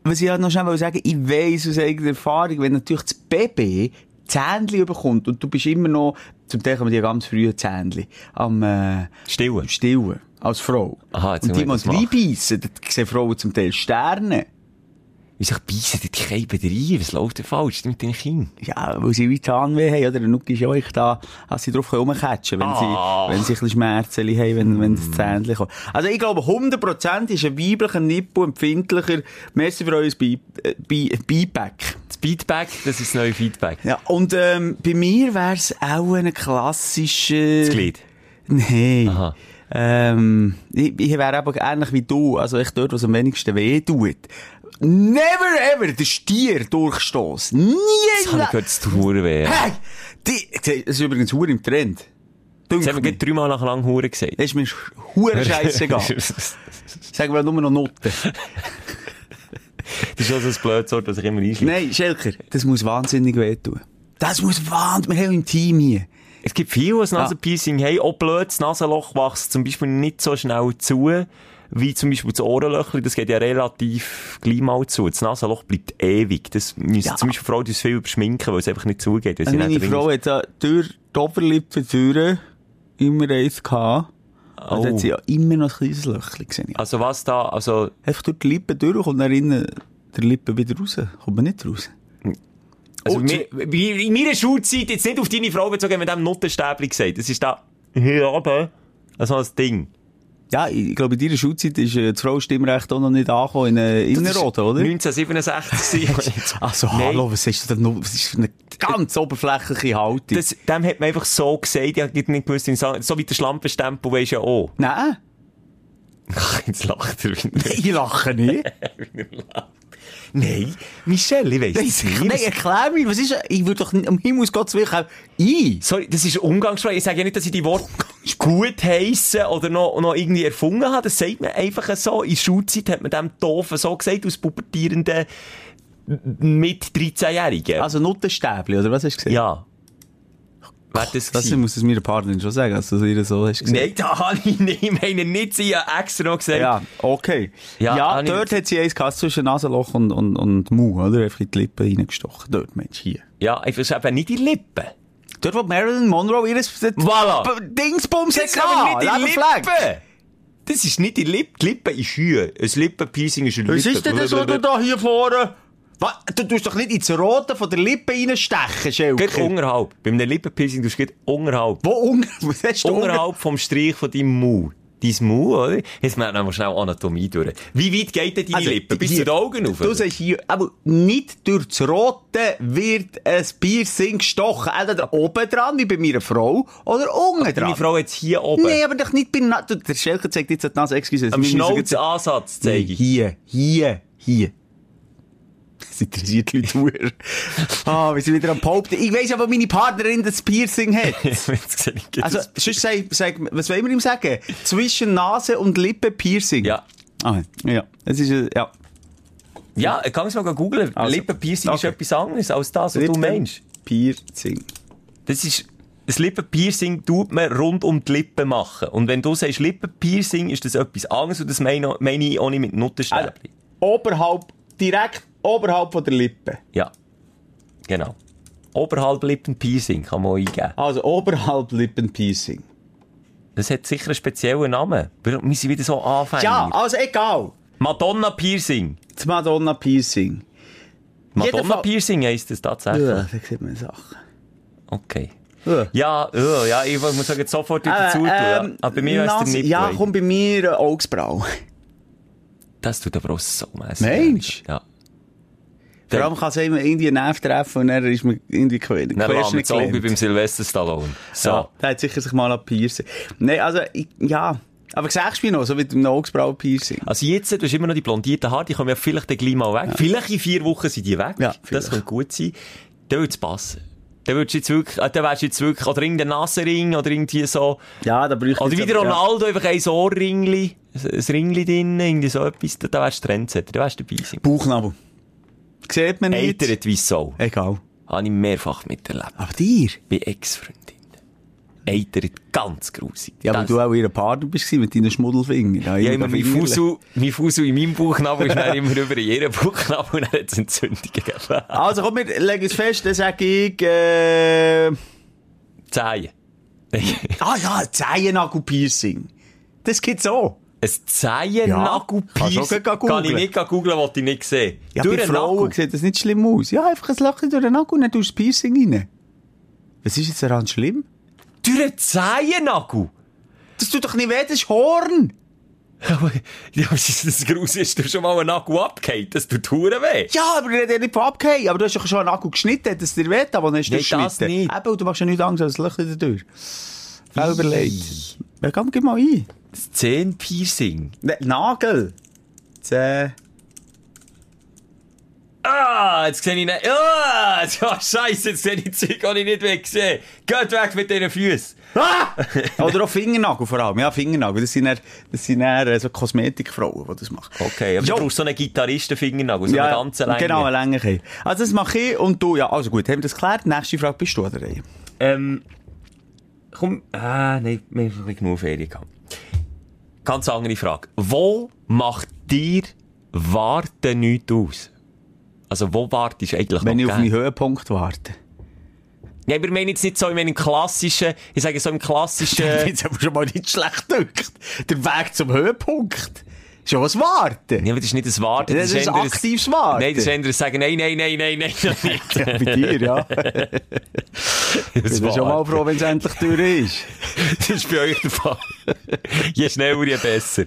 [SPEAKER 3] was ich halt noch schnell wollte sagen ich weiss aus eigener Erfahrung, wenn natürlich das Baby Zähnchen bekommt und du bist immer noch, zum Teil haben wir die ganz frühen Zähnchen, am, äh,
[SPEAKER 4] Stillen.
[SPEAKER 3] Stillen. Als Frau.
[SPEAKER 4] Aha, jetzt
[SPEAKER 3] und
[SPEAKER 4] haben
[SPEAKER 3] die
[SPEAKER 4] wir
[SPEAKER 3] mal
[SPEAKER 4] das gemacht.
[SPEAKER 3] reinbeissen, da sehen Frauen zum Teil Sterne.
[SPEAKER 4] Wie sich beißen die Keiben rein? Was läuft denn falsch mit den Kindern?
[SPEAKER 3] Ja, weil sie wie Zahnweh haben, oder? Der Nuki ist ja euch da, dass sie drauf rumcatchen können, wenn,
[SPEAKER 4] Ah.
[SPEAKER 3] sie, wenn sie ein bisschen Schmerzen haben, wenn, wenn das Zähnchen kommt. Also ich glaube, 100% ist ein weiblicher Nippel empfindlicher. Merci für euer Be äh, Be Beipack.
[SPEAKER 4] Das Feedback, das ist das neue Feedback.
[SPEAKER 3] Ja, und ähm, bei mir wäre es auch ein klassischer...
[SPEAKER 4] Das Glied.
[SPEAKER 3] Nein.
[SPEAKER 4] Aha.
[SPEAKER 3] Ähm, ich, ich wäre aber ähnlich wie du, also echt dort, was am wenigsten weh tut. Never ever den Stier durchstoß. Nie!
[SPEAKER 4] Das habe ich gehört, das tut Huren weh. Das
[SPEAKER 3] Hey! Die, die, das ist übrigens hure im Trend.
[SPEAKER 4] haben wir
[SPEAKER 3] Dünkt
[SPEAKER 4] gerade
[SPEAKER 3] mich.
[SPEAKER 4] dreimal nach lang Huren gesagt.
[SPEAKER 3] Das ist mir hure scheissegal. Sagen wir nur noch Noten.
[SPEAKER 4] Das ist schon so ein blödes Wort, das ich immer einschließe.
[SPEAKER 3] Nein, Schelker, das muss wahnsinnig wehtun. Das muss wahnsinnig, wir haben im Team hier.
[SPEAKER 4] Es gibt viele, die ein Nasenpiercing haben. Auch blöd, das Nasenloch wächst zum Beispiel nicht so schnell zu, wie zum Beispiel das Ohrenlöchli. Das geht ja relativ gleich mal zu. Das Nasenloch bleibt ewig. Das müssen
[SPEAKER 3] Ja.
[SPEAKER 4] zum Beispiel Frauen uns viel überschminken, weil es einfach nicht zugeht. Weil sie
[SPEAKER 3] Meine
[SPEAKER 4] nicht drin-
[SPEAKER 3] Frau hat da durch die Oberlippe durch immer eins gehabt. Und dann
[SPEAKER 4] Oh.
[SPEAKER 3] hat sie ja immer noch ein kleines Löchchen gesehen.
[SPEAKER 4] Also was da, also...
[SPEAKER 3] Einfach durch die Lippen durch und dann innen der Lippe wieder raus. Kommt man nicht raus.
[SPEAKER 4] Also,
[SPEAKER 3] Oh,
[SPEAKER 4] mir, wie- in meiner Schulzeit, jetzt nicht auf deine Frau bezogen, mit dem Nottenstäbli gesagt. Es ist da, hier oben, also ein Ding.
[SPEAKER 3] Ja, ich, ich glaube, in deiner Schulzeit ist äh, das Frauenstimmrecht auch noch nicht angekommen in äh, Innenrode, oder?
[SPEAKER 4] 1967 gewesen.
[SPEAKER 3] Also,
[SPEAKER 4] Nein.
[SPEAKER 3] hallo, was ist denn noch? Was ist für eine ganz oberflächliche Haltung?
[SPEAKER 4] Das, dem hat man einfach so gesagt, ich hab nicht gewusst, in Sa- so wie der Schlampenstempel weisst du ja auch.
[SPEAKER 3] Nein,
[SPEAKER 4] Ach, jetzt lacht er wieder.
[SPEAKER 3] ich lache nicht.
[SPEAKER 4] Nein, Michelle, ich weiss es
[SPEAKER 3] Nein,
[SPEAKER 4] nicht.
[SPEAKER 3] nein, erklär mir, was ist, ich würde doch nicht- um Himmels Gottes Willen, auch- ich.
[SPEAKER 4] Sorry, das ist Umgangssprache. Ich sage ja nicht, dass ich die Worte gut heiße oder noch, noch irgendwie erfunden habe. Das sagt man einfach so. In Schulzeit hat man dem Doofen so gesagt, aus pubertierenden mit 13-Jährigen.
[SPEAKER 3] Also Nuttenstäbli, oder was hast du gesagt?
[SPEAKER 4] ja. Wer das
[SPEAKER 3] Das
[SPEAKER 4] gewesen?
[SPEAKER 3] muss es meiner Partnerin schon sagen, dass du ihr so hast gesagt.
[SPEAKER 4] Nein, da habe ich nicht, ich meine nicht, sie hat extra noch gesagt.
[SPEAKER 3] Ja, okay.
[SPEAKER 4] Ja,
[SPEAKER 3] Ja,
[SPEAKER 4] ah, nicht-
[SPEAKER 3] dort hat sie eins gehabt, zwischen Nasenloch und, und, und Mund, oder? Einfach in die Lippen reingestochen. Dort, Mensch, hier.
[SPEAKER 4] ja einfach ist eben nicht die Lippen.
[SPEAKER 3] Dort, wo Marilyn Monroe ihres
[SPEAKER 4] Voilà.
[SPEAKER 3] B- Dingsbums
[SPEAKER 4] Das
[SPEAKER 3] hat,
[SPEAKER 4] ist aber
[SPEAKER 3] gehabt,
[SPEAKER 4] nicht die
[SPEAKER 3] Leder Flag.
[SPEAKER 4] Lippe. Das ist nicht die Lippe. Die Lippe ist hier. Ein Lippenpiercing ist eine Lippe.
[SPEAKER 3] Was ist denn das, was du da hier vorne... Was? Du tust doch nicht ins Rote von der Lippe reinstechen,
[SPEAKER 4] Geht
[SPEAKER 3] Schelke.
[SPEAKER 4] unterhalb. Bei einem Lippenpiercing tust du geht unterhalb.
[SPEAKER 3] Wo unter... Was hast du
[SPEAKER 4] Unterhalb vom Strich von deinem Mund. Dein Mund, oder? Jetzt merkt man mal schnell Anatomie durch. Wie weit geht denn deine Lippe? Bis zu
[SPEAKER 3] Also, hier-
[SPEAKER 4] den Augen rauf?
[SPEAKER 3] Du sagst hier, aber nicht durch das Rote wird ein Piercing gestochen. Entweder oben dran, wie bei meiner Frau, oder unten dran.
[SPEAKER 4] Meine Frau jetzt hier oben.
[SPEAKER 3] Nee, aber doch nicht bei der Nase. Der Schelke zeigt jetzt die Nase, excuse.
[SPEAKER 4] Am
[SPEAKER 3] wir müssen jetzt-
[SPEAKER 4] Schnauzansatz zeige ich.
[SPEAKER 3] Hier, hier, hier. Das interessiert die Leute sehr. Ah, wir sind wieder am Popen. Ich weiss ja, wo meine Partnerin das Piercing hat.
[SPEAKER 4] Jetzt sehe ich
[SPEAKER 3] Also,
[SPEAKER 4] das.
[SPEAKER 3] sonst sag, sag, was wollen wir ihm sagen? Zwischen Nase und Lippe Piercing.
[SPEAKER 4] Ja.
[SPEAKER 3] Ah, ja. Das ist, äh, ja.
[SPEAKER 4] ja, kannst du mal go googlen.
[SPEAKER 3] Also,
[SPEAKER 4] Lippenpiercing ist
[SPEAKER 3] okay.
[SPEAKER 4] etwas anderes als das, was du
[SPEAKER 3] Lippen-
[SPEAKER 4] meinst.
[SPEAKER 3] Piercing.
[SPEAKER 4] Das ist, das Lippenpiercing tut man rund um die Lippen machen. Und wenn du sagst Lippenpiercing, ist das etwas anderes und das meine, meine ich auch nicht mit
[SPEAKER 3] Also,
[SPEAKER 4] Nuttenstäbchen.
[SPEAKER 3] oberhalb, direkt oberhalb von der Lippe.
[SPEAKER 4] Ja. Genau. Oberhalb Lippenpiercing kann man auch eingeben.
[SPEAKER 3] Also, oberhalb Lippen Piercing.
[SPEAKER 4] Das hat sicher einen speziellen Namen. Wir wir sind wieder so anfänglich.
[SPEAKER 3] Ja, also egal.
[SPEAKER 4] Madonna Piercing.
[SPEAKER 3] Das Madonna Piercing.
[SPEAKER 4] Madonna
[SPEAKER 3] Jedenfalls-
[SPEAKER 4] Piercing heisst das tatsächlich.
[SPEAKER 3] Ja, da sieht man Sachen. Äh,
[SPEAKER 4] Okay.
[SPEAKER 3] Ja.
[SPEAKER 4] Ja, ja, ja, ich muss sagen, sofort wieder zu tun. ja. Aber bei mir ist der
[SPEAKER 3] ähm, Nase-
[SPEAKER 4] nicht
[SPEAKER 3] Äh, Ja, komm, bei mir äh, Augsbrau.
[SPEAKER 4] Das tut aber auch so mässig.
[SPEAKER 3] Meinst
[SPEAKER 4] Ja.
[SPEAKER 3] Vor allem kann es immer irgendwie einen Nerv treffen und dann ist man irgendwie quer.
[SPEAKER 4] Dann lassen wir
[SPEAKER 3] querschnitt
[SPEAKER 4] es auch wie
[SPEAKER 3] gelähmt.
[SPEAKER 4] beim Sylvester Stallone. So.
[SPEAKER 3] Ja, der hat sicher sich mal an Piercing. Nein, also, ich, ja. Aber siehst du mich noch, so mit dem Augsbrau-Piercing?
[SPEAKER 4] Also jetzt, du hast immer noch die blondierten Haare, die kommen ja vielleicht dann gleich mal weg. Vielleicht in vier Wochen sind die weg.
[SPEAKER 3] Ja,
[SPEAKER 4] das
[SPEAKER 3] vielleicht.
[SPEAKER 4] könnte gut sein. Dann würde es passen. Dann würdest du jetzt wirklich, äh, dann wärst du jetzt wirklich, oder irgendein Nasenring, oder irgendwie so,
[SPEAKER 3] Ja, da bräuchte
[SPEAKER 4] oder
[SPEAKER 3] ich
[SPEAKER 4] Also wie
[SPEAKER 3] jetzt
[SPEAKER 4] der
[SPEAKER 3] aber- ja.
[SPEAKER 4] Ronaldo, einfach ein Ohrringli, ein ein Ringli drin, irgendwie so etwas, dann dann wärst du Trendsetter, dann wärst du dabei sein.
[SPEAKER 3] Bauchnabel. Sieht man nicht.
[SPEAKER 4] Eitert wie so.
[SPEAKER 3] Egal.
[SPEAKER 4] Habe ich mehrfach miterlebt.
[SPEAKER 3] Aber dir?
[SPEAKER 4] Bei Ex-Freundinnen. Eitert ganz grusig.
[SPEAKER 3] Ja, weil
[SPEAKER 4] Das-
[SPEAKER 3] du auch ihr Partner bist mit deinen Schmuddelfingern.
[SPEAKER 4] Ja, immer mein Fusu, mein Fusu in meinem Bauchnabel ist dann immer über in ihrem Bauchnabel und dann hat es Entzündung gegeben.
[SPEAKER 3] Also komm, wir legen es fest, dann sage ich... Äh...
[SPEAKER 4] Zehen.
[SPEAKER 3] Ah ja, Zehennagel-Piercing. Das gibt's auch.
[SPEAKER 4] Ein
[SPEAKER 3] Kannst
[SPEAKER 4] Zehennagel-Piercing
[SPEAKER 3] du auch gleich
[SPEAKER 4] kann ich
[SPEAKER 3] googlen.
[SPEAKER 4] nicht googlen, was ich nicht sehe.
[SPEAKER 3] Ja, durch bei
[SPEAKER 4] den
[SPEAKER 3] Frauen
[SPEAKER 4] Nagel.
[SPEAKER 3] sieht das nicht schlimm aus. Ja, einfach ein Löchchen durch den Nagel und dann tust du das Piercing rein. Was ist jetzt daran schlimm?
[SPEAKER 4] Durch einen Zehennagel.
[SPEAKER 3] Das tut doch nicht weh, das ist Horn.
[SPEAKER 4] Aber, ja, was ist das Grusel? Ist dir schon mal ein Nagel abgehakt? Das tut Huren weh.
[SPEAKER 3] Ja, aber wir reden ja nicht von abgehen. Aber du hast doch schon einen Nagel geschnitten, hat es dir weh, aber dann hast du
[SPEAKER 4] Nein,
[SPEAKER 3] es
[SPEAKER 4] das
[SPEAKER 3] geschnitten.
[SPEAKER 4] nicht.
[SPEAKER 3] Eben, und du machst ja nicht Angst, als Löchchen dadurch. Auch überlegt. Ja, komm, gib mal ein.
[SPEAKER 4] Das Zehenpiercing.
[SPEAKER 3] Ne, Nagel. Zäh.
[SPEAKER 4] Ah, jetzt sehe ich nicht. Ah, ja, scheiße, jetzt sehe ich Zeug, die ich nicht wegsehen. Geht weg mit diesen Füßen.
[SPEAKER 3] Ah! Oder auch Fingernagel vor allem. Ja, Fingernagel. Das sind eher, das sind eher äh, so Kosmetikfrauen, die das machen.
[SPEAKER 4] Okay, aber
[SPEAKER 3] Jo.
[SPEAKER 4] du brauchst so einen Gitarristenfingernagel, so
[SPEAKER 3] Ja,
[SPEAKER 4] eine ganze Länge.
[SPEAKER 3] Genau, eine Länge. Okay. Also das mache ich und du. Ja, also gut, haben wir das geklärt. Nächste Frage, bist du an der Reihe?
[SPEAKER 4] Ähm, komm, ah, nein, wir haben wirklich genug Ferien gehabt. Ganz andere Frage. Wo macht dir Warten nichts aus? Also, wo wartest du eigentlich
[SPEAKER 3] Wenn
[SPEAKER 4] noch
[SPEAKER 3] ich auf
[SPEAKER 4] gern?
[SPEAKER 3] meinen Höhepunkt warte.
[SPEAKER 4] Nein, wir meinen jetzt nicht so in meinem klassischen, ich sage so im klassischen...
[SPEAKER 3] Jetzt aber schon mal nicht schlecht gedacht. Der Weg zum Höhepunkt. Ist ja was warten.
[SPEAKER 4] Ja, aber das ist nicht das Warten.
[SPEAKER 3] Das ist
[SPEAKER 4] eher
[SPEAKER 3] ein aktives Warten.
[SPEAKER 4] Nein, das ist eher das Sagen, nein, nein, nein, nein, nein, noch nicht.
[SPEAKER 3] Ja, bei dir, ja. halt Ich
[SPEAKER 4] Das
[SPEAKER 3] bin schon mal
[SPEAKER 4] Warten.
[SPEAKER 3] froh, wenn es endlich durch ist.
[SPEAKER 4] Das ist bei euch der Fall. je schneller, je besser.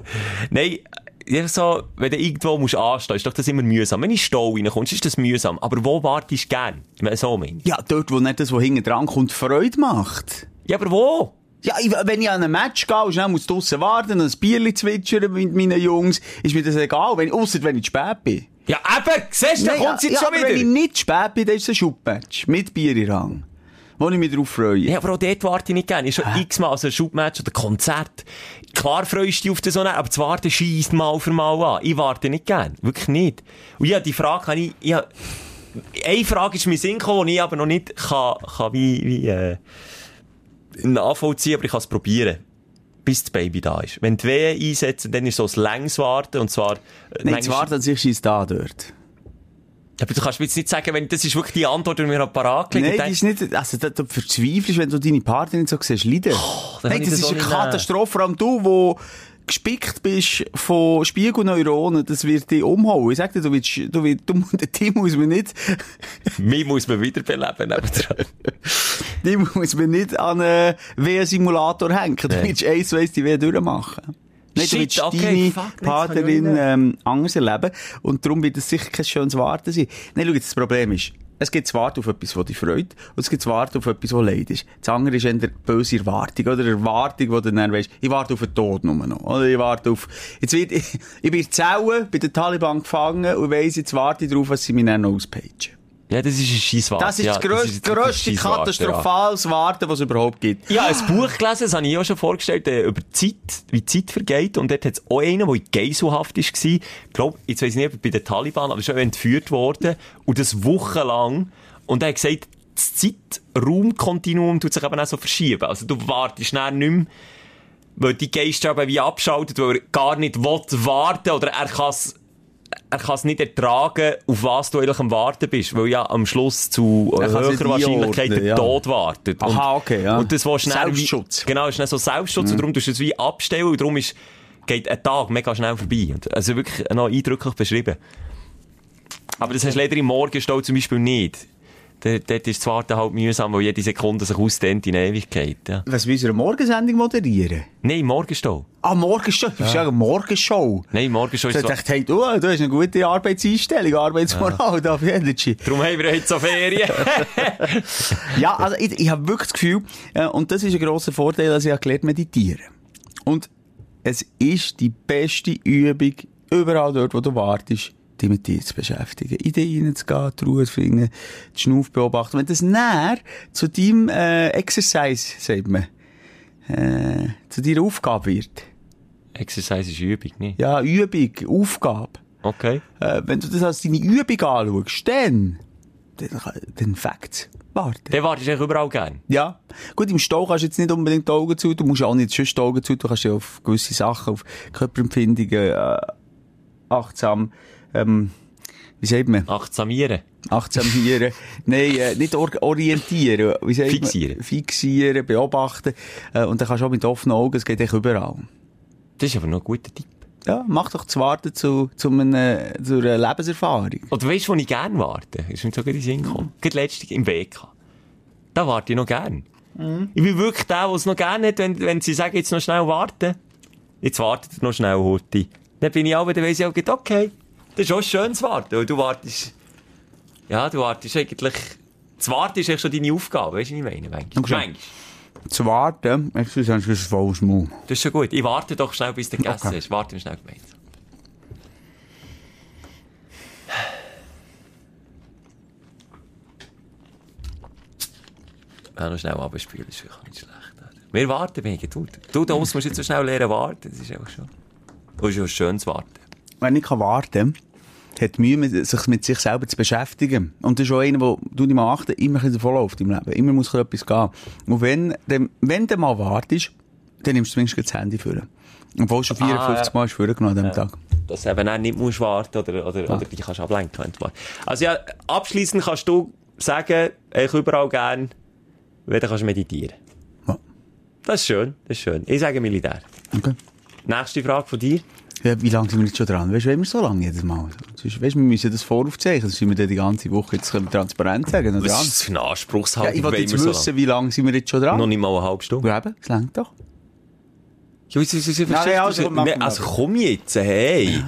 [SPEAKER 4] Nein, ja, so, wenn du irgendwo musst anstehen ist doch das immer mühsam. Wenn ich Stau reinkommst, ist das mühsam. Aber wo wartest du gern? Ich meine, so meine ich.
[SPEAKER 3] Ja, dort, wo nicht das, was hinten dran kommt, Freude macht.
[SPEAKER 4] Ja, aber wo?
[SPEAKER 3] Ja, ich, wenn ich an ein Match gehe und schnell muss draussen warten und ein Bierchen zwitschern mit meinen Jungs, ist mir das egal, wenn, ausser wenn ich zu spät bin.
[SPEAKER 4] Ja, eben, siehst du, da
[SPEAKER 3] Nein,
[SPEAKER 4] kommt jetzt
[SPEAKER 3] ja,
[SPEAKER 4] schon
[SPEAKER 3] aber Wenn ich
[SPEAKER 4] wieder.
[SPEAKER 3] nicht zu spät bin, dann ist es ein Schubmatch. Mit Bier in Rang. Wo ich mich drauf freue.
[SPEAKER 4] Ja, aber auch dort warte ich nicht gern. Ich schon x-mal, also ein Schubmatch oder Konzert. Klar freust du dich auf das so, aber das Warten schießt mal für mal an. Ich warte nicht gern. Wirklich nicht. Und ja, die Frage kann ich, ja, eine Frage ist mir in den Sinn gekommen, die ich aber noch nicht kann, kann wie, wie, äh, nachvollziehen, aber ich kann es probieren. Bis das Baby da ist. Wenn die Wehen einsetzen, dann ist so ein längs Warten, und zwar, äh,
[SPEAKER 3] Nein,
[SPEAKER 4] manchmal-
[SPEAKER 3] zu warten an sich ist da dort.
[SPEAKER 4] Aber du kannst mir jetzt nicht sagen, wenn, das ist wirklich die Antwort, die mir parat
[SPEAKER 3] Nein,
[SPEAKER 4] gelegt
[SPEAKER 3] das ist nicht, also, da, da verzweifelst, wenn du deine Partnerin so siehst, leiden.
[SPEAKER 4] oh, dann
[SPEAKER 3] Nein,
[SPEAKER 4] kann ich äh,
[SPEAKER 3] das
[SPEAKER 4] das
[SPEAKER 3] ist
[SPEAKER 4] auch
[SPEAKER 3] eine
[SPEAKER 4] nicht nehmen.
[SPEAKER 3] Katastrophe, vor allem du, wo gespickt bist von Spiegelneuronen, das wird dich umhauen. Ich sag dir, du willst, du willst, du, die muss man nicht,
[SPEAKER 4] Mich muss man wiederbeleben, nebendran.
[SPEAKER 3] die muss man nicht an einen W-Simulator hängen. Du
[SPEAKER 4] Nein.
[SPEAKER 3] willst eins, weiss, die W durchmachen. Nein,
[SPEAKER 4] Shit,
[SPEAKER 3] du willst
[SPEAKER 4] okay,
[SPEAKER 3] deine
[SPEAKER 4] fuck, jetzt kann ich
[SPEAKER 3] Partnerin
[SPEAKER 4] nicht mehr.
[SPEAKER 3] ähm, anders erleben und darum wird es sicher kein schönes Warten sein. Nein, schau, jetzt, das Problem ist, es gibt das Warten auf etwas, was dich freut und es gibt das Warten auf etwas, was leid ist. Das andere ist eher die böse Erwartung oder eine Erwartung, wo du dann weisst, ich warte auf den Tod nur noch. Oder ich warte auf... Jetzt wird, ich, ich bin in Zellen, bei den Taliban gefangen und weiss, jetzt warte ich darauf, dass sie mich dann auspatchen.
[SPEAKER 4] Ja, das ist ein Scheisswarte.
[SPEAKER 3] Das ist
[SPEAKER 4] ja,
[SPEAKER 3] das grösste,
[SPEAKER 4] ist- das ist
[SPEAKER 3] grösste
[SPEAKER 4] ein Scheisswarte,
[SPEAKER 3] katastrophales Warten, was es überhaupt gibt.
[SPEAKER 4] Ja. Ich habe ein Buch gelesen, das habe ich auch schon vorgestellt, äh, über die Zeit, wie die Zeit vergeht. Und dort hat es auch einen, der in Geiselhaft war. Ich glaube, jetzt weiss ich nicht, ob bei den Taliban, aber schon entführt worden. Und das wochenlang. Und er hat gesagt, das Zeitraumkontinuum tut sich eben auch so verschieben. Also du wartest dann nicht mehr, weil die Geister eben wie abschaltet, weil er gar nicht will warten oder er kann es er kann es nicht ertragen, auf was du eigentlich am Warten bist, weil ja am Schluss zu
[SPEAKER 3] Er kann's nicht
[SPEAKER 4] höherer Wahrscheinlichkeit
[SPEAKER 3] einordnen,
[SPEAKER 4] der
[SPEAKER 3] ja.
[SPEAKER 4] Tod wartet.
[SPEAKER 3] Aha,
[SPEAKER 4] Und-
[SPEAKER 3] okay, ja.
[SPEAKER 4] Und das willst du dann wie-
[SPEAKER 3] Selbstschutz. Mhm.
[SPEAKER 4] Genau, ist dann so Selbstschutz und darum tust du es wie abstellen und darum ist, geht ein Tag mega schnell vorbei. Und Also wirklich noch eindrücklich beschrieben. Aber das hast du leider im Morgenstau zum Beispiel nicht. Dort dort ist das Warten halt mühsam, weil jede Sekunde sich ausdehnt in Ewigkeit. Ja.
[SPEAKER 3] Was wir unsere Morgensendung moderieren?
[SPEAKER 4] Nein, im Morgenstau.
[SPEAKER 3] Ah, Morgenshow. Du bist ja eine Morgenshow.
[SPEAKER 4] Nein, im Morgenstau
[SPEAKER 3] Ich
[SPEAKER 4] ist es...
[SPEAKER 3] dachte, hey, du, du hast eine gute Arbeitseinstellung, Arbeitsmoral, da auf Energy.
[SPEAKER 4] Darum haben wir heute so Ferien.
[SPEAKER 3] Ja, also ich, ich habe wirklich das Gefühl, äh, und das ist ein grosser Vorteil, dass ich habe gelernt meditieren. Und es ist die beste Übung, überall dort, wo du wartest, dich mit dir zu beschäftigen. In dich hineinzugehen, die Ruhe zu finden, die Schnauf beobachten. Wenn das näher zu deinem äh, Exercise, sagt man, äh, zu deiner Aufgabe wird.
[SPEAKER 4] Exercise ist Übung, nicht?
[SPEAKER 3] Ja, Übung, Aufgabe.
[SPEAKER 4] Okay.
[SPEAKER 3] Äh, wenn du das als deine Übung anschaust, dann, dann, dann fängt Warte.
[SPEAKER 4] Dann wartest du eigentlich überall gern.
[SPEAKER 3] Ja. Gut, im Stau kannst du jetzt nicht unbedingt die Augen zu, du musst ja auch nicht sonst die Augen zu, du kannst ja auf gewisse Sachen, auf Körperempfindungen, äh, achtsam, ähm, wie sagt man?
[SPEAKER 4] Achtsamieren.
[SPEAKER 3] Achtsam hieren. Nein, äh, nicht or orientieren. Wie sagt man?
[SPEAKER 4] Fixieren.
[SPEAKER 3] Fixieren, beobachten. Äh, und dann kannst du auch mit offenen Augen, es geht echt überall.
[SPEAKER 4] Das ist aber noch ein guter Tipp.
[SPEAKER 3] Ja, mach doch das Warten zu, zu, einer, zu einer Lebenserfahrung.
[SPEAKER 4] Oder weißt du, wo ich gerne warte? Ist mir so gerade in den Sinn gekommen. Gerade letztens im WK. Da warte ich noch gern. Ich bin wirklich der, der es noch gern hat, wenn, wenn sie sagen, jetzt noch schnell warten. Jetzt wartet ihr noch schnell, Hurti. Dann bin ich auch, dann weiss ich auch, gerade, okay. Das ist auch ein schönes Warten, weil du wartest, ja, du wartest eigentlich, das Warten ist eigentlich schon deine Aufgabe, weißt du, was ich meine? Manchmal.
[SPEAKER 3] Okay.
[SPEAKER 4] Manchmal.
[SPEAKER 3] zu warten. Jetzt ist ein volles Maul.
[SPEAKER 4] Das ist schon gut. Ich warte doch schnell, bis du gegessen
[SPEAKER 3] Okay.
[SPEAKER 4] hast. Warten wir schnell gemeinsam. Ja, noch schnell abspielen, das ist wirklich nicht schlecht. Alter. Wir warten, wir haben Geduld. Du, da musst du jetzt so schnell lernen warten, das ist auch schon... Das ist ja ein schönes Warten.
[SPEAKER 3] Wenn ich warten kann, hat Mühe, mit, sich mit sich selber zu beschäftigen. Und das ist auch einer, wo du nicht mal achten, immer ein bisschen davonläuft im Leben. Immer muss ein bisschen etwas gehen. Und wenn, dem- wenn du mal wartest, dann nimmst du zumindest gleich das Handy vor. Obwohl schon 54
[SPEAKER 4] Ah,
[SPEAKER 3] Mal ist vorgenommen an diesem Tag.
[SPEAKER 4] Dass du eben auch nicht musst warten oder, oder,
[SPEAKER 3] Ah.
[SPEAKER 4] oder dich kannst ablenken wenn du wartest. Also ja, abschliessend kannst du sagen, ich überall gerne, wenn du kannst meditieren.
[SPEAKER 3] Ja.
[SPEAKER 4] Das ist schön, das ist schön. Ich sage Militär.
[SPEAKER 3] Okay.
[SPEAKER 4] Nächste Frage von dir.
[SPEAKER 3] Ja, wie lange sind wir jetzt schon dran? Weißt du, wenn wir so lange jedes Mal? Sonst, weißt du, wir müssen das voraufzeichnen. Sonst sind wir dann die ganze Woche, jetzt können wir transparent sagen. Oder
[SPEAKER 4] Was
[SPEAKER 3] dran.
[SPEAKER 4] ist das für eine
[SPEAKER 3] Ja,
[SPEAKER 4] Anspruchshaltung?
[SPEAKER 3] ich wollte
[SPEAKER 4] wenn
[SPEAKER 3] jetzt
[SPEAKER 4] wir so
[SPEAKER 3] wissen, wie lange sind wir jetzt schon
[SPEAKER 4] lange- Noch
[SPEAKER 3] dran?
[SPEAKER 4] nicht mal eine halbe Stunde.
[SPEAKER 3] Ja, eben, das reicht doch.
[SPEAKER 4] Ja, was- was- was- was-
[SPEAKER 3] Nein, nein, also,
[SPEAKER 4] was-
[SPEAKER 3] komm, mach
[SPEAKER 4] Nee,
[SPEAKER 3] mal.
[SPEAKER 4] also komm jetzt, hey.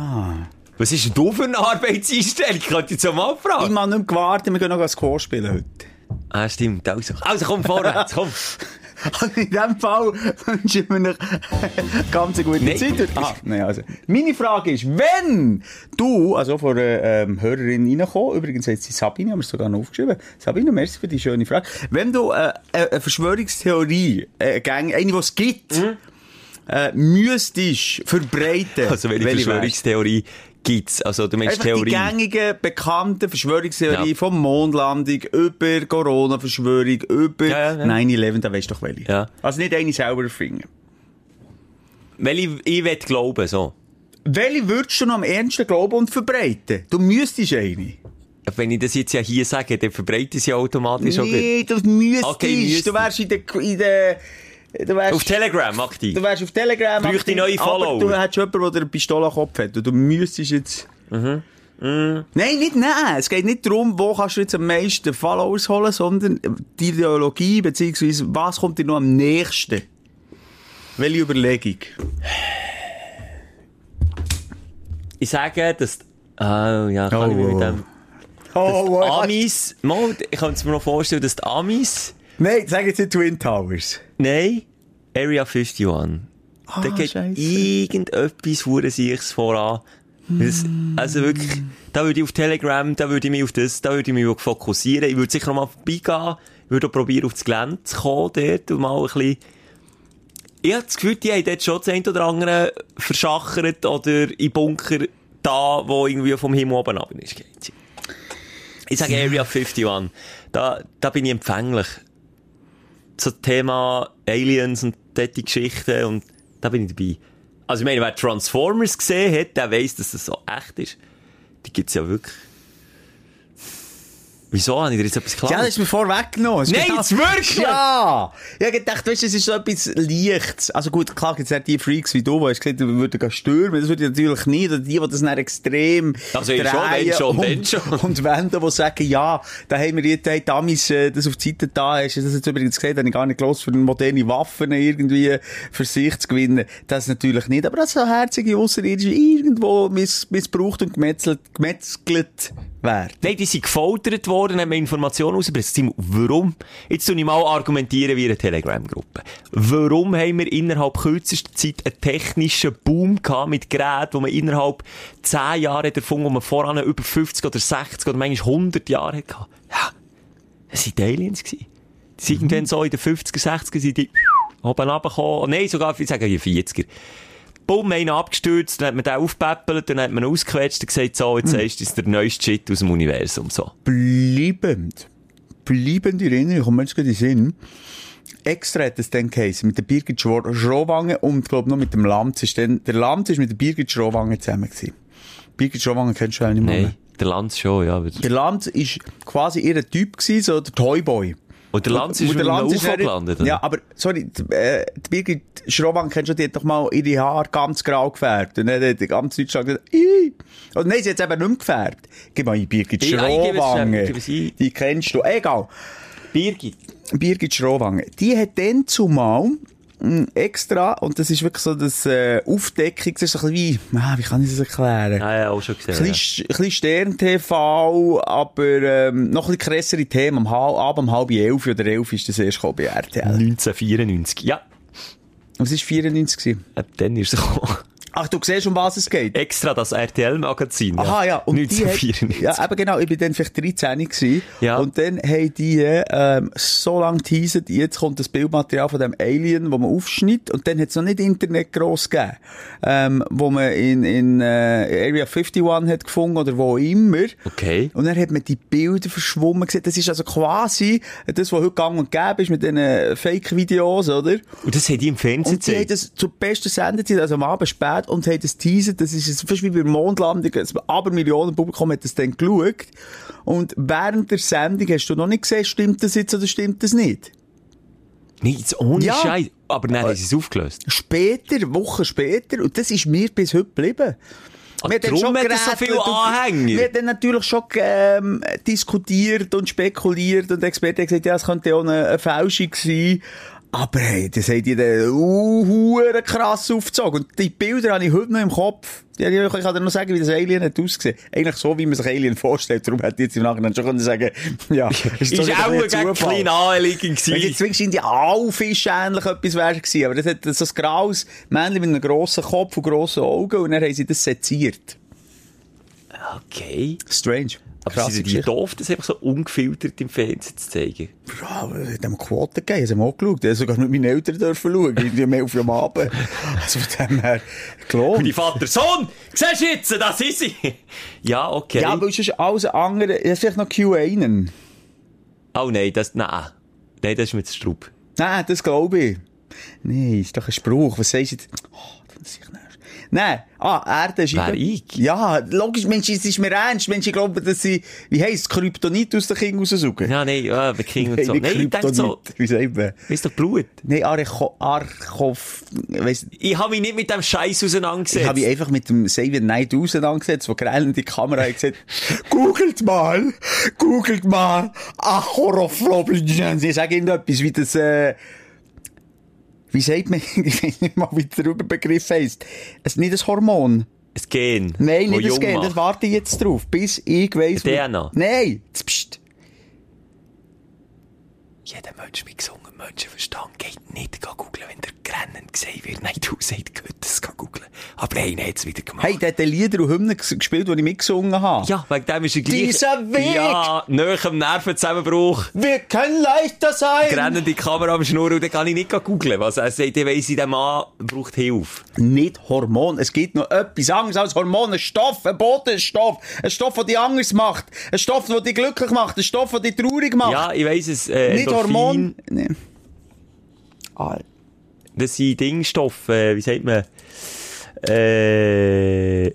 [SPEAKER 4] Was ist denn du für eine Arbeitseinstellung? Ich könnte jetzt auch mal
[SPEAKER 3] Ich
[SPEAKER 4] fragen.
[SPEAKER 3] habe nicht gewartet, wir gehen noch Squash spielen heute.
[SPEAKER 4] Ah, stimmt. Also, also komm vorwärts, komm.
[SPEAKER 3] Also in dem Fall wünsche ich mir ganz eine gute
[SPEAKER 4] Nein.
[SPEAKER 3] Zeit. heute. Ah, nein, also. Meine Frage ist, wenn du, also von einer ähm, Hörerin reinkommen, übrigens jetzt die Sabine, haben wir es sogar noch aufgeschrieben. Sabine, merci für die schöne Frage. Wenn du äh, äh, eine Verschwörungstheorie, äh, gang- eine, die es gibt,
[SPEAKER 4] Mhm.
[SPEAKER 3] äh, müsstest verbreiten.
[SPEAKER 4] Also welche
[SPEAKER 3] wär's?
[SPEAKER 4] Verschwörungstheorie gibt's? Also du meinst
[SPEAKER 3] Einfach die
[SPEAKER 4] Theorie.
[SPEAKER 3] gängigen, bekannten Verschwörungstheorien
[SPEAKER 4] Ja.
[SPEAKER 3] vom Mondlandung über Corona-Verschwörung, über
[SPEAKER 4] Ja, ja, ja.
[SPEAKER 3] 9-11, da weisst du doch welche.
[SPEAKER 4] Ja.
[SPEAKER 3] Also nicht eine selber erfinden.
[SPEAKER 4] Welche ich will glauben, so.
[SPEAKER 3] Welche würdest du noch am ernsten glauben und verbreiten? Du müsstest eine.
[SPEAKER 4] wenn ich das jetzt ja hier sage, dann verbreitet es ja automatisch auch gut.
[SPEAKER 3] Nee, das müsstest.
[SPEAKER 4] Okay, müsste.
[SPEAKER 3] Du wärst in der, in der, du wärst,
[SPEAKER 4] Auf Telegram aktiv.
[SPEAKER 3] du wärst auf Telegram.
[SPEAKER 4] Bräuchte
[SPEAKER 3] aktiv,
[SPEAKER 4] ich neue
[SPEAKER 3] aber
[SPEAKER 4] Follower?
[SPEAKER 3] Du hättest jemanden, der dir eine Pistole am Kopf hat. Und du müsstest jetzt... Nein, nicht nein. Es geht nicht darum, wo kannst du jetzt am meisten Followers holen, sondern die Ideologie, beziehungsweise was kommt dir noch am nächsten? Welche Überlegung?
[SPEAKER 4] Ich sage, dass... Ah, ja, kann ich mir
[SPEAKER 3] Oh.
[SPEAKER 4] mit dem...
[SPEAKER 3] Oh,
[SPEAKER 4] Die Amis... Mal, ich kann es mir noch vorstellen, dass die Amis...
[SPEAKER 3] Nein, sag jetzt nicht Twin Towers.
[SPEAKER 4] Nein, Area 51. da geht
[SPEAKER 3] Ah, Scheisse.
[SPEAKER 4] irgendetwas Hurensichs voran. Das, also wirklich, da würde ich auf Telegram, da würde ich mich auf das, da würde ich mich fokussieren. Ich würde sicher noch mal vorbeigehen, ich würde auch probieren, aufs Gelände zu kommen dort und mal ein bisschen... Ich habe das Gefühl, die haben dort schon das eine oder andere verschachert oder in Bunker da, wo irgendwie vom Himmel oben runter ist. geht's. Ich sage Area 51. Da, da bin ich empfänglich. Zum Thema Aliens und solche Geschichten und da bin ich dabei. Also ich meine, wer Transformers gesehen hat, der weiss, dass das so echt ist. Die gibt's ja wirklich. Wieso habe ich dir jetzt etwas klar?
[SPEAKER 3] Ja, das ist mir vorweggenommen. Es
[SPEAKER 4] Nein,
[SPEAKER 3] gibt-
[SPEAKER 4] jetzt wirklich?
[SPEAKER 3] Ja! Ich hab gedacht, weißt du, es ist so etwas Lichts. Also gut, klar gibt's nicht die Freaks wie du, die hast gesagt, wir würden gehen stürmen. Das würde ich natürlich nicht. Oder die, die das dann extrem
[SPEAKER 4] Also ich schon, wenn schon,
[SPEAKER 3] und,
[SPEAKER 4] wenn schon.
[SPEAKER 3] Und wenden, die sagen, ja, da haben wir jetzt, hey, damals, äh, das auf die Seite da, hast du das jetzt übrigens gesehen, habe ich gar nicht gelost, für moderne Waffen irgendwie für sich zu gewinnen. Das natürlich nicht. Aber dass so herzige Ausserirdische irgendwo miss, missbraucht und gemetzelt, gemetzelt werden.
[SPEAKER 4] Nein, die sind gefoltert worden, haben mir Informationen rausgebracht. Simon, warum? Jetzt tue ich mal argumentieren wie eine Telegram-Gruppe. Warum haben wir innerhalb kürzester Zeit einen technischen Boom gehabt mit Geräten, wo man innerhalb 10 Jahre hat erfunden, wo man voran über 50 oder 60 oder manchmal 100 Jahre hatte? Ja, das waren die Aliens. gewesen. Die sind irgendwann so in den 50er, 60er sind die oben runtergekommen. Oh, Nein, sogar, ich sage ja 40er. Bumm, einen abgestürzt, dann hat man den aufgepäppelt, dann hat man ihn ausgequetscht und gesagt, so,
[SPEAKER 3] Hm.
[SPEAKER 4] jetzt sagst du, das ist der neueste Shit aus dem Universum, so.
[SPEAKER 3] bleibend, bleibende Erinnerung, kommt mir jetzt gerade in den Sinn. Extra hat es dann geheißen, mit der Birgit Schwor- Schrowange und, glaub, noch mit dem Lanz. Ist dann, der Lanz ist mit der Birgit Schrowange zusammen gewesen. Birgit Schrowange kennst du ja nicht mehr.
[SPEAKER 4] Nein, der Lanz schon, ja. aber-
[SPEAKER 3] Der Lanz ist quasi ihr Typ gewesen, so der Toyboy.
[SPEAKER 4] Und der Lanz
[SPEAKER 3] Und-
[SPEAKER 4] ist
[SPEAKER 3] und
[SPEAKER 4] mit
[SPEAKER 3] der
[SPEAKER 4] einem
[SPEAKER 3] Lanz
[SPEAKER 4] UFO
[SPEAKER 3] dann-
[SPEAKER 4] gelandet. oder?
[SPEAKER 3] Ja, aber, sorry, die, äh, die Birgit Schrowange kennst du, die hat doch mal ihre Haare ganz grau gefärbt. Und dann hat die ganze Deutschland gesagt, Ih! Und nein, sie hat es eben nicht mehr gefärbt. Gib mal ein Birgit
[SPEAKER 4] Ja, ich gebe es schnell, ich
[SPEAKER 3] Schrowange.
[SPEAKER 4] gebe es ein.
[SPEAKER 3] Die kennst du. Egal.
[SPEAKER 4] Birgit.
[SPEAKER 3] Birgit Schrowange, die hat dann zumal mh, extra, und das ist wirklich so das äh, Aufdeckung, das ist so ein bisschen wie, ah, wie kann ich das erklären?
[SPEAKER 4] Ah, ja, auch schon
[SPEAKER 3] Ein
[SPEAKER 4] gesehen. Ja.
[SPEAKER 3] bisschen, ein bisschen Stern-TV, aber ähm, noch ein bisschen krassere Themen. Am halb, ab um halb elf oder elf ist das erst gekommen bei RTL.
[SPEAKER 4] 1994. Ja,
[SPEAKER 3] Was war 94? gewesen?
[SPEAKER 4] ab dann ist es gekommen.
[SPEAKER 3] Ach, du siehst, um was es geht?
[SPEAKER 4] Extra das RTL-Magazin.
[SPEAKER 3] Aha, ja. Und Die
[SPEAKER 4] 1994.
[SPEAKER 3] hat, ja, eben genau. Ich bin dann vielleicht 13 gewesen.
[SPEAKER 4] Ja.
[SPEAKER 3] Und dann haben die, ähm, so lange teasert, jetzt kommt das Bildmaterial von dem Alien, wo man aufschneidet. Und dann hat es noch nicht Internet gross gegeben. Ähm, wo man in, in, äh, Area 51 hat gefunden oder wo immer.
[SPEAKER 4] Okay.
[SPEAKER 3] Und dann hat man die Bilder verschwommen gesehen. Das ist also quasi das, was heute gang und gäbe ist mit diesen Fake-Videos, oder?
[SPEAKER 4] Und das haben die im Fernsehen
[SPEAKER 3] Und die haben
[SPEAKER 4] gezeigt.
[SPEAKER 3] das zur besten Sendezeit, also am Abend spät, und haben das teasert, das ist jetzt fast wie bei der Mondlandung, das Abermillionen Publikum hat das dann geschaut. Und während der Sendung hast du noch nicht gesehen, stimmt das jetzt oder stimmt das nicht?
[SPEAKER 4] Nein, jetzt ohne
[SPEAKER 3] Ja.
[SPEAKER 4] Scheiß. Aber dann haben sie es aufgelöst.
[SPEAKER 3] Später, Wochen später, und das ist mir bis heute geblieben.
[SPEAKER 4] Ah,
[SPEAKER 3] Wir haben dann
[SPEAKER 4] darum
[SPEAKER 3] schon
[SPEAKER 4] hat er so
[SPEAKER 3] gerätselt
[SPEAKER 4] viele
[SPEAKER 3] und-
[SPEAKER 4] Anhänger.
[SPEAKER 3] Wir haben dann natürlich schon ähm, diskutiert und spekuliert und Experten haben gesagt, ja, es könnte auch eine, eine Fälschung sein. Aber hey, das haben die dann uh, hure krass aufgezogen. Und die Bilder habe ich heute noch im Kopf. Die habe ich- Ich kann dir noch sagen, wie das Alien hat ausgesehen. Eigentlich so, wie man sich Alien vorstellt. Darum hätte ich jetzt im Nachhinein schon können sagen ja,
[SPEAKER 4] Ist auch ein
[SPEAKER 3] ein
[SPEAKER 4] kleiner Anliegen
[SPEAKER 3] wenn
[SPEAKER 4] gewesen.
[SPEAKER 3] jetzt wirklich in die Aalfisch ähnlich etwas wäre gewesen, aber das hat so ein graues Männchen mit einem grossen Kopf und grossen Augen und dann haben sie das seziert.
[SPEAKER 4] Okay.
[SPEAKER 3] Strange.
[SPEAKER 4] Aber sind die doof, das einfach so ungefiltert im Fernsehen zu zeigen?
[SPEAKER 3] Ja, aber es hat ihm Quote gegeben, ich habe auch geschaut. Ich habe sogar mit meinen Eltern dürfen schauen, irgendwie mehr auf dem Abend. Also von dem her,
[SPEAKER 4] Und die
[SPEAKER 3] gelohnt.
[SPEAKER 4] Vater, Sohn, siehst du jetzt, das ist sie. ja, okay.
[SPEAKER 3] Ja, aber es ist alles andere, es ist vielleicht noch Q1.
[SPEAKER 4] oh nein, das, nein. Nein, das ist mir zu strub.
[SPEAKER 3] Nein, das glaube ich. Nein, ist doch ein Spruch. Was sagst du jetzt? Oh, das ist nicht. Nein. Ah, Erdenscheibe.
[SPEAKER 4] Wer, ich?
[SPEAKER 3] Ja, logisch, Mensch, es ist mir ernst. Mensch, ich glaube, dass sie, wie heisst Kryptonit aus den Kindern raussuchen.
[SPEAKER 4] Ja, nein, ja, bei King und so.
[SPEAKER 3] nicht
[SPEAKER 4] Nein, ich denke so,
[SPEAKER 3] Wie sagt man?
[SPEAKER 4] ist doch Blut.
[SPEAKER 3] Nein, Archo, Archof, weiss,
[SPEAKER 4] Ich habe mich nicht mit dem Scheiß auseinandergesetzt.
[SPEAKER 3] ich habe eh- mich einfach mit dem Save the Night auseinandergesetzt, wo gerade in die Kamera hat gesagt, googelt mal, googelt mal, Achorofloblin. Sie sagen irgendetwas wie das, äh, wie sagt man, ich weiß nicht mal, wie der Überbegriff heisst. Es ist nicht ein Hormon.
[SPEAKER 4] Das Gen.
[SPEAKER 3] Nein,
[SPEAKER 4] wo
[SPEAKER 3] nicht das
[SPEAKER 4] jung
[SPEAKER 3] Gen. Das
[SPEAKER 4] macht.
[SPEAKER 3] warte ich jetzt drauf, bis ich weiss. wie-
[SPEAKER 4] DNA.
[SPEAKER 3] Nein, das Psst.
[SPEAKER 4] Jeder Mensch mit gesungem Menschenverstand geht nicht googeln, wenn der grennend gesehen wird. Nein, du sagst, geht das googeln. Aber einer hat es wieder gemacht.
[SPEAKER 3] Hey, der hat Lieder und Hymnen ges- gespielt, die ich mitgesungen habe.
[SPEAKER 4] ja, wegen dem ist er gleich...
[SPEAKER 3] Dieser Weg!
[SPEAKER 4] Ja, näher am Nervenzusammenbruch.
[SPEAKER 3] Wir können leichter sein!
[SPEAKER 4] Grennende Kamera am Schnurren und dann kann ich nicht googeln. Was er sagt, ich weiss, der Mann braucht Hilfe.
[SPEAKER 3] Nicht Hormon. Es gibt noch etwas anderes als Hormone. Ein Stoff, ein Botenstoff. Ein Stoff, der dich anders macht. Ein Stoff, der dich glücklich macht. Ein Stoff, der dich traurig macht.
[SPEAKER 4] Ja, ich weiss es. Äh,
[SPEAKER 3] Nicht
[SPEAKER 4] Endorphin,
[SPEAKER 3] Hormon. Nee. Ah,
[SPEAKER 4] Das sind Dingstoffe, äh, wie sagt man? Äh,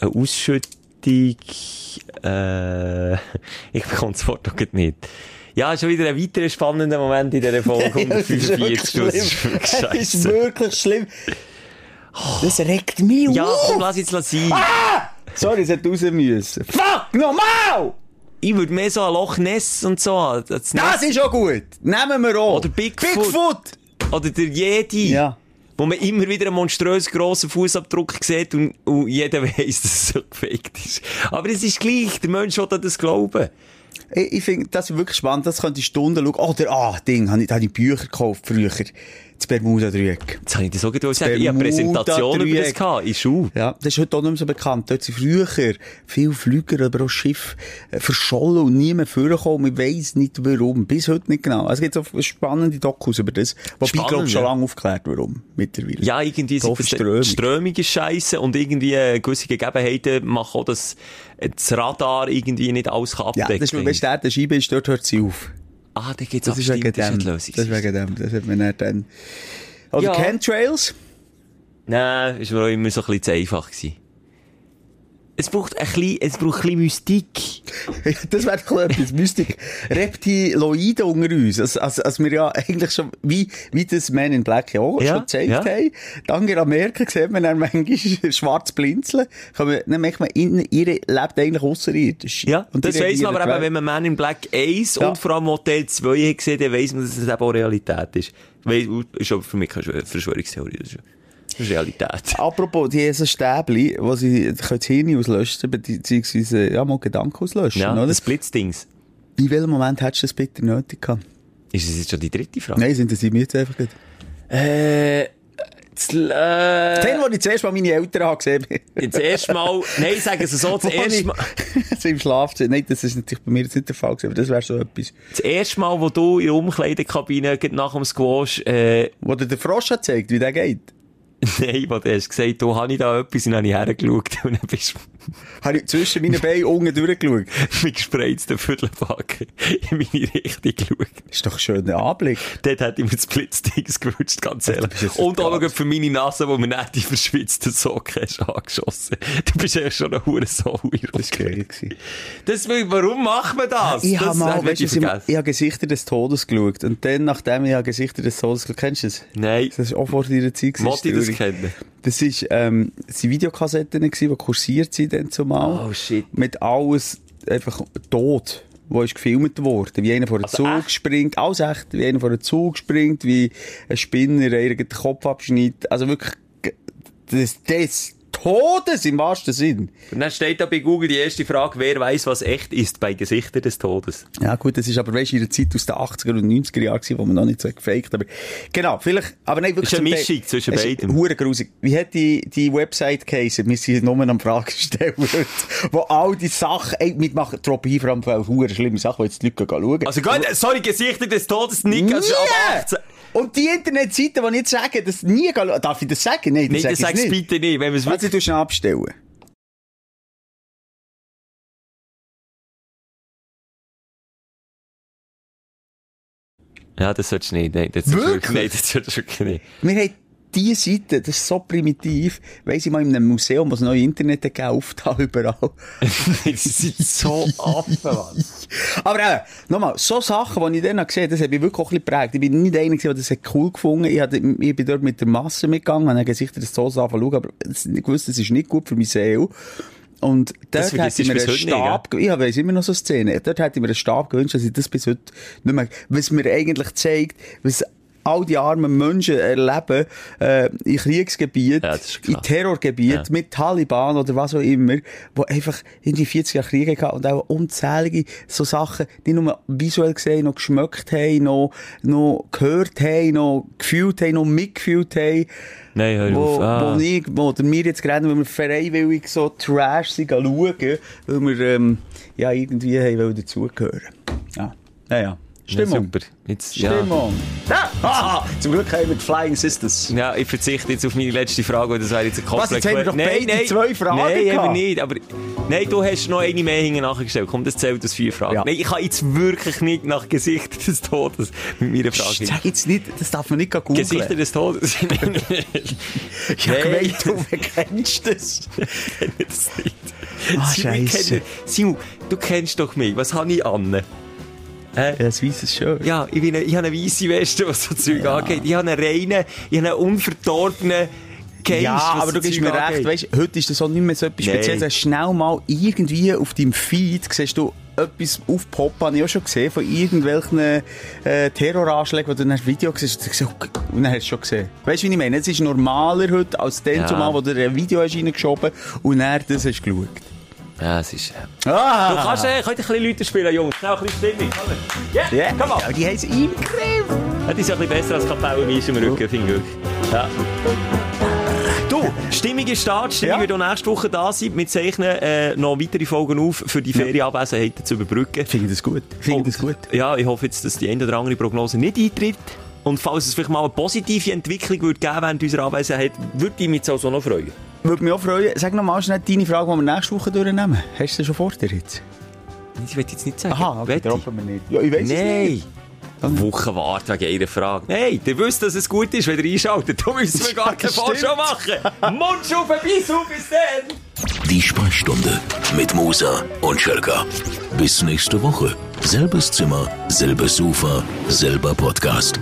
[SPEAKER 4] eine Ausschüttung. Äh, ich bekomme das Wort noch grad nicht. Ja, schon wieder ein weiterer spannender Moment in dieser Folge
[SPEAKER 3] das ist
[SPEAKER 4] 145.
[SPEAKER 3] wirklich
[SPEAKER 4] Das ist wirklich
[SPEAKER 3] schlimm. Das ist wirklich schlimm.
[SPEAKER 4] scheiße.
[SPEAKER 3] Das regt mich
[SPEAKER 4] Ja,
[SPEAKER 3] auf.
[SPEAKER 4] komm, lass jetzt sein.
[SPEAKER 3] Sorry, es hat raus müssen. Fuck, nochmal!
[SPEAKER 4] Ich würde mehr so ein Loch Ness und so an. an Das
[SPEAKER 3] Das
[SPEAKER 4] Ness.
[SPEAKER 3] ist auch gut. Nehmen wir auch.
[SPEAKER 4] Oder Bigfoot.
[SPEAKER 3] Bigfoot.
[SPEAKER 4] Oder der Jedi.
[SPEAKER 3] Ja.
[SPEAKER 4] Wo man immer wieder einen monströs grossen Fußabdruck sieht und, und jeder weiss, dass es so gefaked ist. Aber es ist gleich, der Mensch will an das glauben.
[SPEAKER 3] Ich, ich finde das wirklich spannend. Das könnte ich Stunden schauen. Oder, ah, Ding, habe ich, habe ich Bücher gekauft früher. Das Bermuda-Dreieck.
[SPEAKER 4] Jetzt habe ich das auch gerade sagen. Ich habe
[SPEAKER 3] Bermuda
[SPEAKER 4] Präsentationen über das
[SPEAKER 3] Dreieck.
[SPEAKER 4] gehabt, in Schule.
[SPEAKER 3] Ja, das ist heute auch nicht mehr so bekannt. Dort sind früher viele Flüger, aber auch Schiffe äh, verschollen und nie mehr vorgekommen. Ich weiss nicht warum. Bis heute nicht genau. Es gibt so spannende Dokus über das. Wobei, ich
[SPEAKER 4] Spannend,
[SPEAKER 3] glaube, schon
[SPEAKER 4] ja.
[SPEAKER 3] lange aufgeklärt, warum. Mittlerweile.
[SPEAKER 4] Ja, irgendwie
[SPEAKER 3] Doch,
[SPEAKER 4] sind
[SPEAKER 3] Strömung.
[SPEAKER 4] die Strömung ist scheisse und irgendwie äh, gewisse Gegebenheiten machen auch, dass äh, das Radar irgendwie nicht alles kann
[SPEAKER 3] Ja, das
[SPEAKER 4] abdecken
[SPEAKER 3] ist, wenn der der Scheibe ist, dort hört sie auf.
[SPEAKER 4] Ah, da gibt es
[SPEAKER 3] Das ist wegen dem. Das
[SPEAKER 4] Lösung.
[SPEAKER 3] ist wegen dem. Das hat man dann- dann. Oder
[SPEAKER 4] Ja.
[SPEAKER 3] Chemtrails?
[SPEAKER 4] Nein, ist mir auch immer so ein bisschen zu einfach gewesen. Es braucht ein bisschen, es braucht ein bisschen Mystik.
[SPEAKER 3] Das wäre doch etwas mystik. Reptiloide unter uns. Als, als, als wir ja eigentlich schon, wie, wie das Man in Black ja auch
[SPEAKER 4] Ja,
[SPEAKER 3] schon gezeigt
[SPEAKER 4] ja.
[SPEAKER 3] haben. Die Angela Merkel sieht man dann manchmal schwarz blinzeln. Kann man- Dann merkt man, in, ihre lebt eigentlich außerirdisch.
[SPEAKER 4] Ja, und das
[SPEAKER 3] die
[SPEAKER 4] weiss man
[SPEAKER 3] regiert
[SPEAKER 4] aber eben,
[SPEAKER 3] die
[SPEAKER 4] wenn man Man in Black 1
[SPEAKER 3] Ja.
[SPEAKER 4] und vor allem Hotel 2 hat gesehen, dann weiss man, dass es eben auch Realität ist. Weiss, ist aber für mich keine Schwör- Verschwörungstheorie. Das ist- das ist
[SPEAKER 3] Ah,
[SPEAKER 4] Realität.
[SPEAKER 3] Apropos, die haben so Stäbli, die sie können das Hirn auslöschen, beziehungsweise, ja, mal Gedanken auslöschen,
[SPEAKER 4] Ja,
[SPEAKER 3] oder?
[SPEAKER 4] das Blitzdings.
[SPEAKER 3] In welchem Moment hättest du das bitte nötig gehabt?
[SPEAKER 4] Ist das jetzt schon die dritte Frage?
[SPEAKER 3] Nein, sind das mir jetzt einfach gut.
[SPEAKER 4] Äh, das, äh,
[SPEAKER 3] Den, den ich zuerst mal meine Eltern habe gesehen habe.
[SPEAKER 4] das erste Mal, nein, sagen Sie so, das
[SPEAKER 3] Wo
[SPEAKER 4] erste
[SPEAKER 3] ich-
[SPEAKER 4] Mal,
[SPEAKER 3] so im Schlafzimmer. Nein, das ist natürlich bei mir jetzt nicht der Fall gewesen, aber das wäre so etwas.
[SPEAKER 4] das erste Mal, wo du in der Umkleidekabine gerade nach dem Squash, äh,
[SPEAKER 3] Wo dir der Frosch hat gezeigt, wie der geht.
[SPEAKER 4] nein, wo du hast gesagt, du, habe ich da etwas, und dann habe ich hergeschaut, und dann bist du
[SPEAKER 3] Habe ich zwischen meinen Beinen unten durchgeschaut.
[SPEAKER 4] mit gespreizten Viertelbacken in meine Richtung geschaut.
[SPEAKER 3] Ist doch ein schöner Anblick.
[SPEAKER 4] Dort hätte ich mir das Blitzdings gewünscht, ganz
[SPEAKER 3] bist jetzt
[SPEAKER 4] ehrlich. Und auch noch
[SPEAKER 3] verkratzt.
[SPEAKER 4] gerade für meine Nase, wo mir nicht die verschwitzten Socken hast angeschossen. Du bist echt schon eine hure Sau.
[SPEAKER 3] Das war geil. gewesen.
[SPEAKER 4] Das, will- warum macht man das?
[SPEAKER 3] Ich
[SPEAKER 4] das halt
[SPEAKER 3] habe mal,
[SPEAKER 4] hab
[SPEAKER 3] weißt du,
[SPEAKER 4] ich
[SPEAKER 3] was ich mal-
[SPEAKER 4] vergessen.
[SPEAKER 3] ich habe Gesichter des Todes geschaut. Und dann, nachdem ich habe Gesichter des Todes geschaut kennst du das?
[SPEAKER 4] Nein.
[SPEAKER 3] Das ist auch vor deiner Zeit. gewesen,
[SPEAKER 4] Wollte ich das
[SPEAKER 3] traurig.
[SPEAKER 4] kennen?
[SPEAKER 3] Das ist, ähm, das sind Videokassetten gewesen, die kursiert sind dann zumal.
[SPEAKER 4] Oh, shit.
[SPEAKER 3] Mit alles einfach tot, wo ist gefilmt worden. Wie einer vor den
[SPEAKER 4] Also
[SPEAKER 3] Zug
[SPEAKER 4] echt?
[SPEAKER 3] springt. Alles echt. Wie einer vor den Zug springt, wie ein Spinner irgendeinen Kopf abschneidet. Also wirklich, g- das, des Todes im wahrsten Sinn.
[SPEAKER 4] Und dann steht da bei Google die erste Frage, wer weiß, was echt ist bei Gesichter des Todes.
[SPEAKER 3] Ja, gut, das ist aber, weißt du, in dus der Zeit aus den 80er und 90er Jahren, gewesen, wo man noch nicht so gefaked aber genau, vielleicht, aber nein, wirklich.
[SPEAKER 4] Ist eine
[SPEAKER 3] zum
[SPEAKER 4] Mischung
[SPEAKER 3] Teil-
[SPEAKER 4] zwischen
[SPEAKER 3] Es ist
[SPEAKER 4] beidem.
[SPEAKER 3] Hure grusig. Wie hat die, die Website geheissen? Wir sind nur am Fragen stellen, wo all die Sachen, ey, mitmachen, Tropie, vor allem, weil hure schlimme Sachen, die jetzt die Leute gehen schauen.
[SPEAKER 4] Also, gut, sorry, Gesichter des Todes, also, nicht, das ist ab
[SPEAKER 3] Oh. Nie!
[SPEAKER 4] 18.
[SPEAKER 3] Und die Internetseiten, die ich jetzt sage, das nie, gehen schauen. darf ich das sagen? Nein, das
[SPEAKER 4] Nein, das
[SPEAKER 3] sage
[SPEAKER 4] sag's
[SPEAKER 3] ich nicht.
[SPEAKER 4] bitte nicht, wenn wir es
[SPEAKER 3] Also,
[SPEAKER 4] wirklich...
[SPEAKER 3] du schnell abstellen.
[SPEAKER 4] Ja, das solltest du nicht, nein, das solltest
[SPEAKER 3] Wirklich?
[SPEAKER 4] du wirklich, nein, das solltest du wirklich nicht.
[SPEAKER 3] Wir haben diese Seite, das ist so primitiv, weiss ich mal, in einem Museum, was neue Internet gekauft habe, überall.
[SPEAKER 4] Die sind so affen, Mann.
[SPEAKER 3] Aber eben, nochmal, so Sachen, die ich dann noch gesehen habe, das habe ich wirklich auch ein bisschen geprägt. Ich bin nicht einer, gewesen, der das hat cool gefunden hat. Ich, hatte- ich bin dort mit der Masse mitgegangen, habe dann gesichert, dass so Sachen schauen, aber das- ich wusste, das ist nicht gut für meine Seele. Und
[SPEAKER 4] Das
[SPEAKER 3] dort
[SPEAKER 4] vergisst
[SPEAKER 3] hätte ich mir
[SPEAKER 4] du bis
[SPEAKER 3] einen
[SPEAKER 4] heute nicht,
[SPEAKER 3] Stab, ich weiss immer noch so Szenen, dort hätte ich mir einen Stab gewünscht, dass ich das bis heute nicht mehr, was mir eigentlich zeigt, was all die armen Menschen erleben, äh, in Kriegsgebieten,
[SPEAKER 4] Ja, das ist
[SPEAKER 3] in
[SPEAKER 4] klar.
[SPEAKER 3] Terrorgebieten,
[SPEAKER 4] Ja.
[SPEAKER 3] mit Taliban oder was auch immer, wo einfach in die 40 Jahre Kriege gehabt und auch unzählige so Sachen, die nur visuell gesehen, noch geschmeckt haben, noch, noch gehört haben, noch gefühlt haben, noch mitgefühlt haben.
[SPEAKER 4] Nein, hör
[SPEAKER 3] Wo,
[SPEAKER 4] auf. Ah.
[SPEAKER 3] wo ich, wo oder wir jetzt gerade, weil wir freiwillig so Trash sind, gehen schauen, weil wir, ähm, ja, irgendwie haben wollen dazugehören. Ja. Ja, ja.
[SPEAKER 4] Ja,
[SPEAKER 3] Stimmung.
[SPEAKER 4] super. Jetzt, ja.
[SPEAKER 3] Stimmung. Ah, ah, zum Glück haben wir die Flying Sisters.
[SPEAKER 4] Ja, ich verzichte jetzt auf meine letzte Frage, weil das wäre jetzt ein
[SPEAKER 3] Was,
[SPEAKER 4] komplex.
[SPEAKER 3] jetzt haben wir doch beide zwei Fragen
[SPEAKER 4] Nein,
[SPEAKER 3] gehabt.
[SPEAKER 4] eben nicht. Aber, nein, du hast noch eine mehr hinten nachgestellt. Komm, das zählt das vier Fragen.
[SPEAKER 3] Ja.
[SPEAKER 4] Nein, ich kann jetzt wirklich nicht nach Gesichter des Todes mit meiner Frage.
[SPEAKER 3] Sag jetzt nicht, das darf man nicht googeln.
[SPEAKER 4] Gesichter des Todes.
[SPEAKER 3] Ich hab
[SPEAKER 4] Nein.
[SPEAKER 3] gemeint, du erkennst das.
[SPEAKER 4] Jetzt nicht.
[SPEAKER 3] Ah,
[SPEAKER 4] Simon,
[SPEAKER 3] Scheisse.
[SPEAKER 4] kennt- Simon, du kennst doch mich. Was habe ich an? Hä?
[SPEAKER 3] Ja, das weißes Shirt.
[SPEAKER 4] Ja, ich, bin eine, ich habe eine weisse Weste, was so Zeug angeht. Ich habe einen reinen, ich habe einen unverdorbenen Geist,
[SPEAKER 3] Ja,
[SPEAKER 4] was
[SPEAKER 3] aber
[SPEAKER 4] so
[SPEAKER 3] du gibst
[SPEAKER 4] Zeug
[SPEAKER 3] mir recht,
[SPEAKER 4] angeht.
[SPEAKER 3] weißt, heute ist das auch nicht mehr so etwas
[SPEAKER 4] Nein.
[SPEAKER 3] Spezielles. Hast Schnell mal irgendwie auf deinem Feed siehst du etwas aufpoppen, habe ich auch schon gesehen, von irgendwelchen äh, Terroranschlägen, wo du dann ein Video siehst und denkst, okay, und dann hast du es schon gesehen. Weißt du, wie ich meine? Es ist normaler heute als dann
[SPEAKER 4] Ja.
[SPEAKER 3] zumal, wo du ein Video hast reingeschoben und dann das hast du geschaut.
[SPEAKER 4] Ja, es ist... äh,
[SPEAKER 3] Ah!
[SPEAKER 4] Du kannst, äh, könnt ihr ein bisschen Leute spielen, Jungs. Schnell ein bisschen Stimmung. Komm. Ja,
[SPEAKER 3] Ja,
[SPEAKER 4] komm mal.
[SPEAKER 3] aber die haben es im Griff.
[SPEAKER 4] Das ist ja ein bisschen besser als Kapellenmies im Rücken, finde ich. Ja. Du, Stimmung ist da. Die Stimmung
[SPEAKER 3] Ja.
[SPEAKER 4] wird auch nächste Woche da sein. Wir zeichnen äh, noch weitere Folgen auf, für die Ferienabwesenheiten zu überbrücken.
[SPEAKER 3] Finde ich das gut. Finde ich das
[SPEAKER 4] Und,
[SPEAKER 3] gut.
[SPEAKER 4] Ja, ich hoffe jetzt, dass die eine oder andere Prognose nicht eintritt. Und falls es vielleicht mal eine positive Entwicklung würde geben während unserer Abwesenheit, würde ich mich jetzt also noch freuen.
[SPEAKER 3] Würde mich auch freuen. Sag noch mal schnell deine Frage, die wir nächste Woche durchnehmen. Hast du sie schon vor dir jetzt?
[SPEAKER 4] Ich will jetzt nicht sagen. Wette.
[SPEAKER 3] droppen wir nicht. Ja, ich weiss es
[SPEAKER 4] Nein!
[SPEAKER 3] nicht.
[SPEAKER 4] Wochen warten wegen einer Frage. Nein, ihr wisst, dass es gut ist, wenn ihr einschaltet. Da müssen wir gar keine
[SPEAKER 3] Das
[SPEAKER 4] Vorschau machen. Mundschau vorbei, auf, bis dann!
[SPEAKER 2] Die Sprechstunde mit Musa und Schelka. Bis nächste Woche. Selbes Zimmer, selbes Sofa, selber Podcast.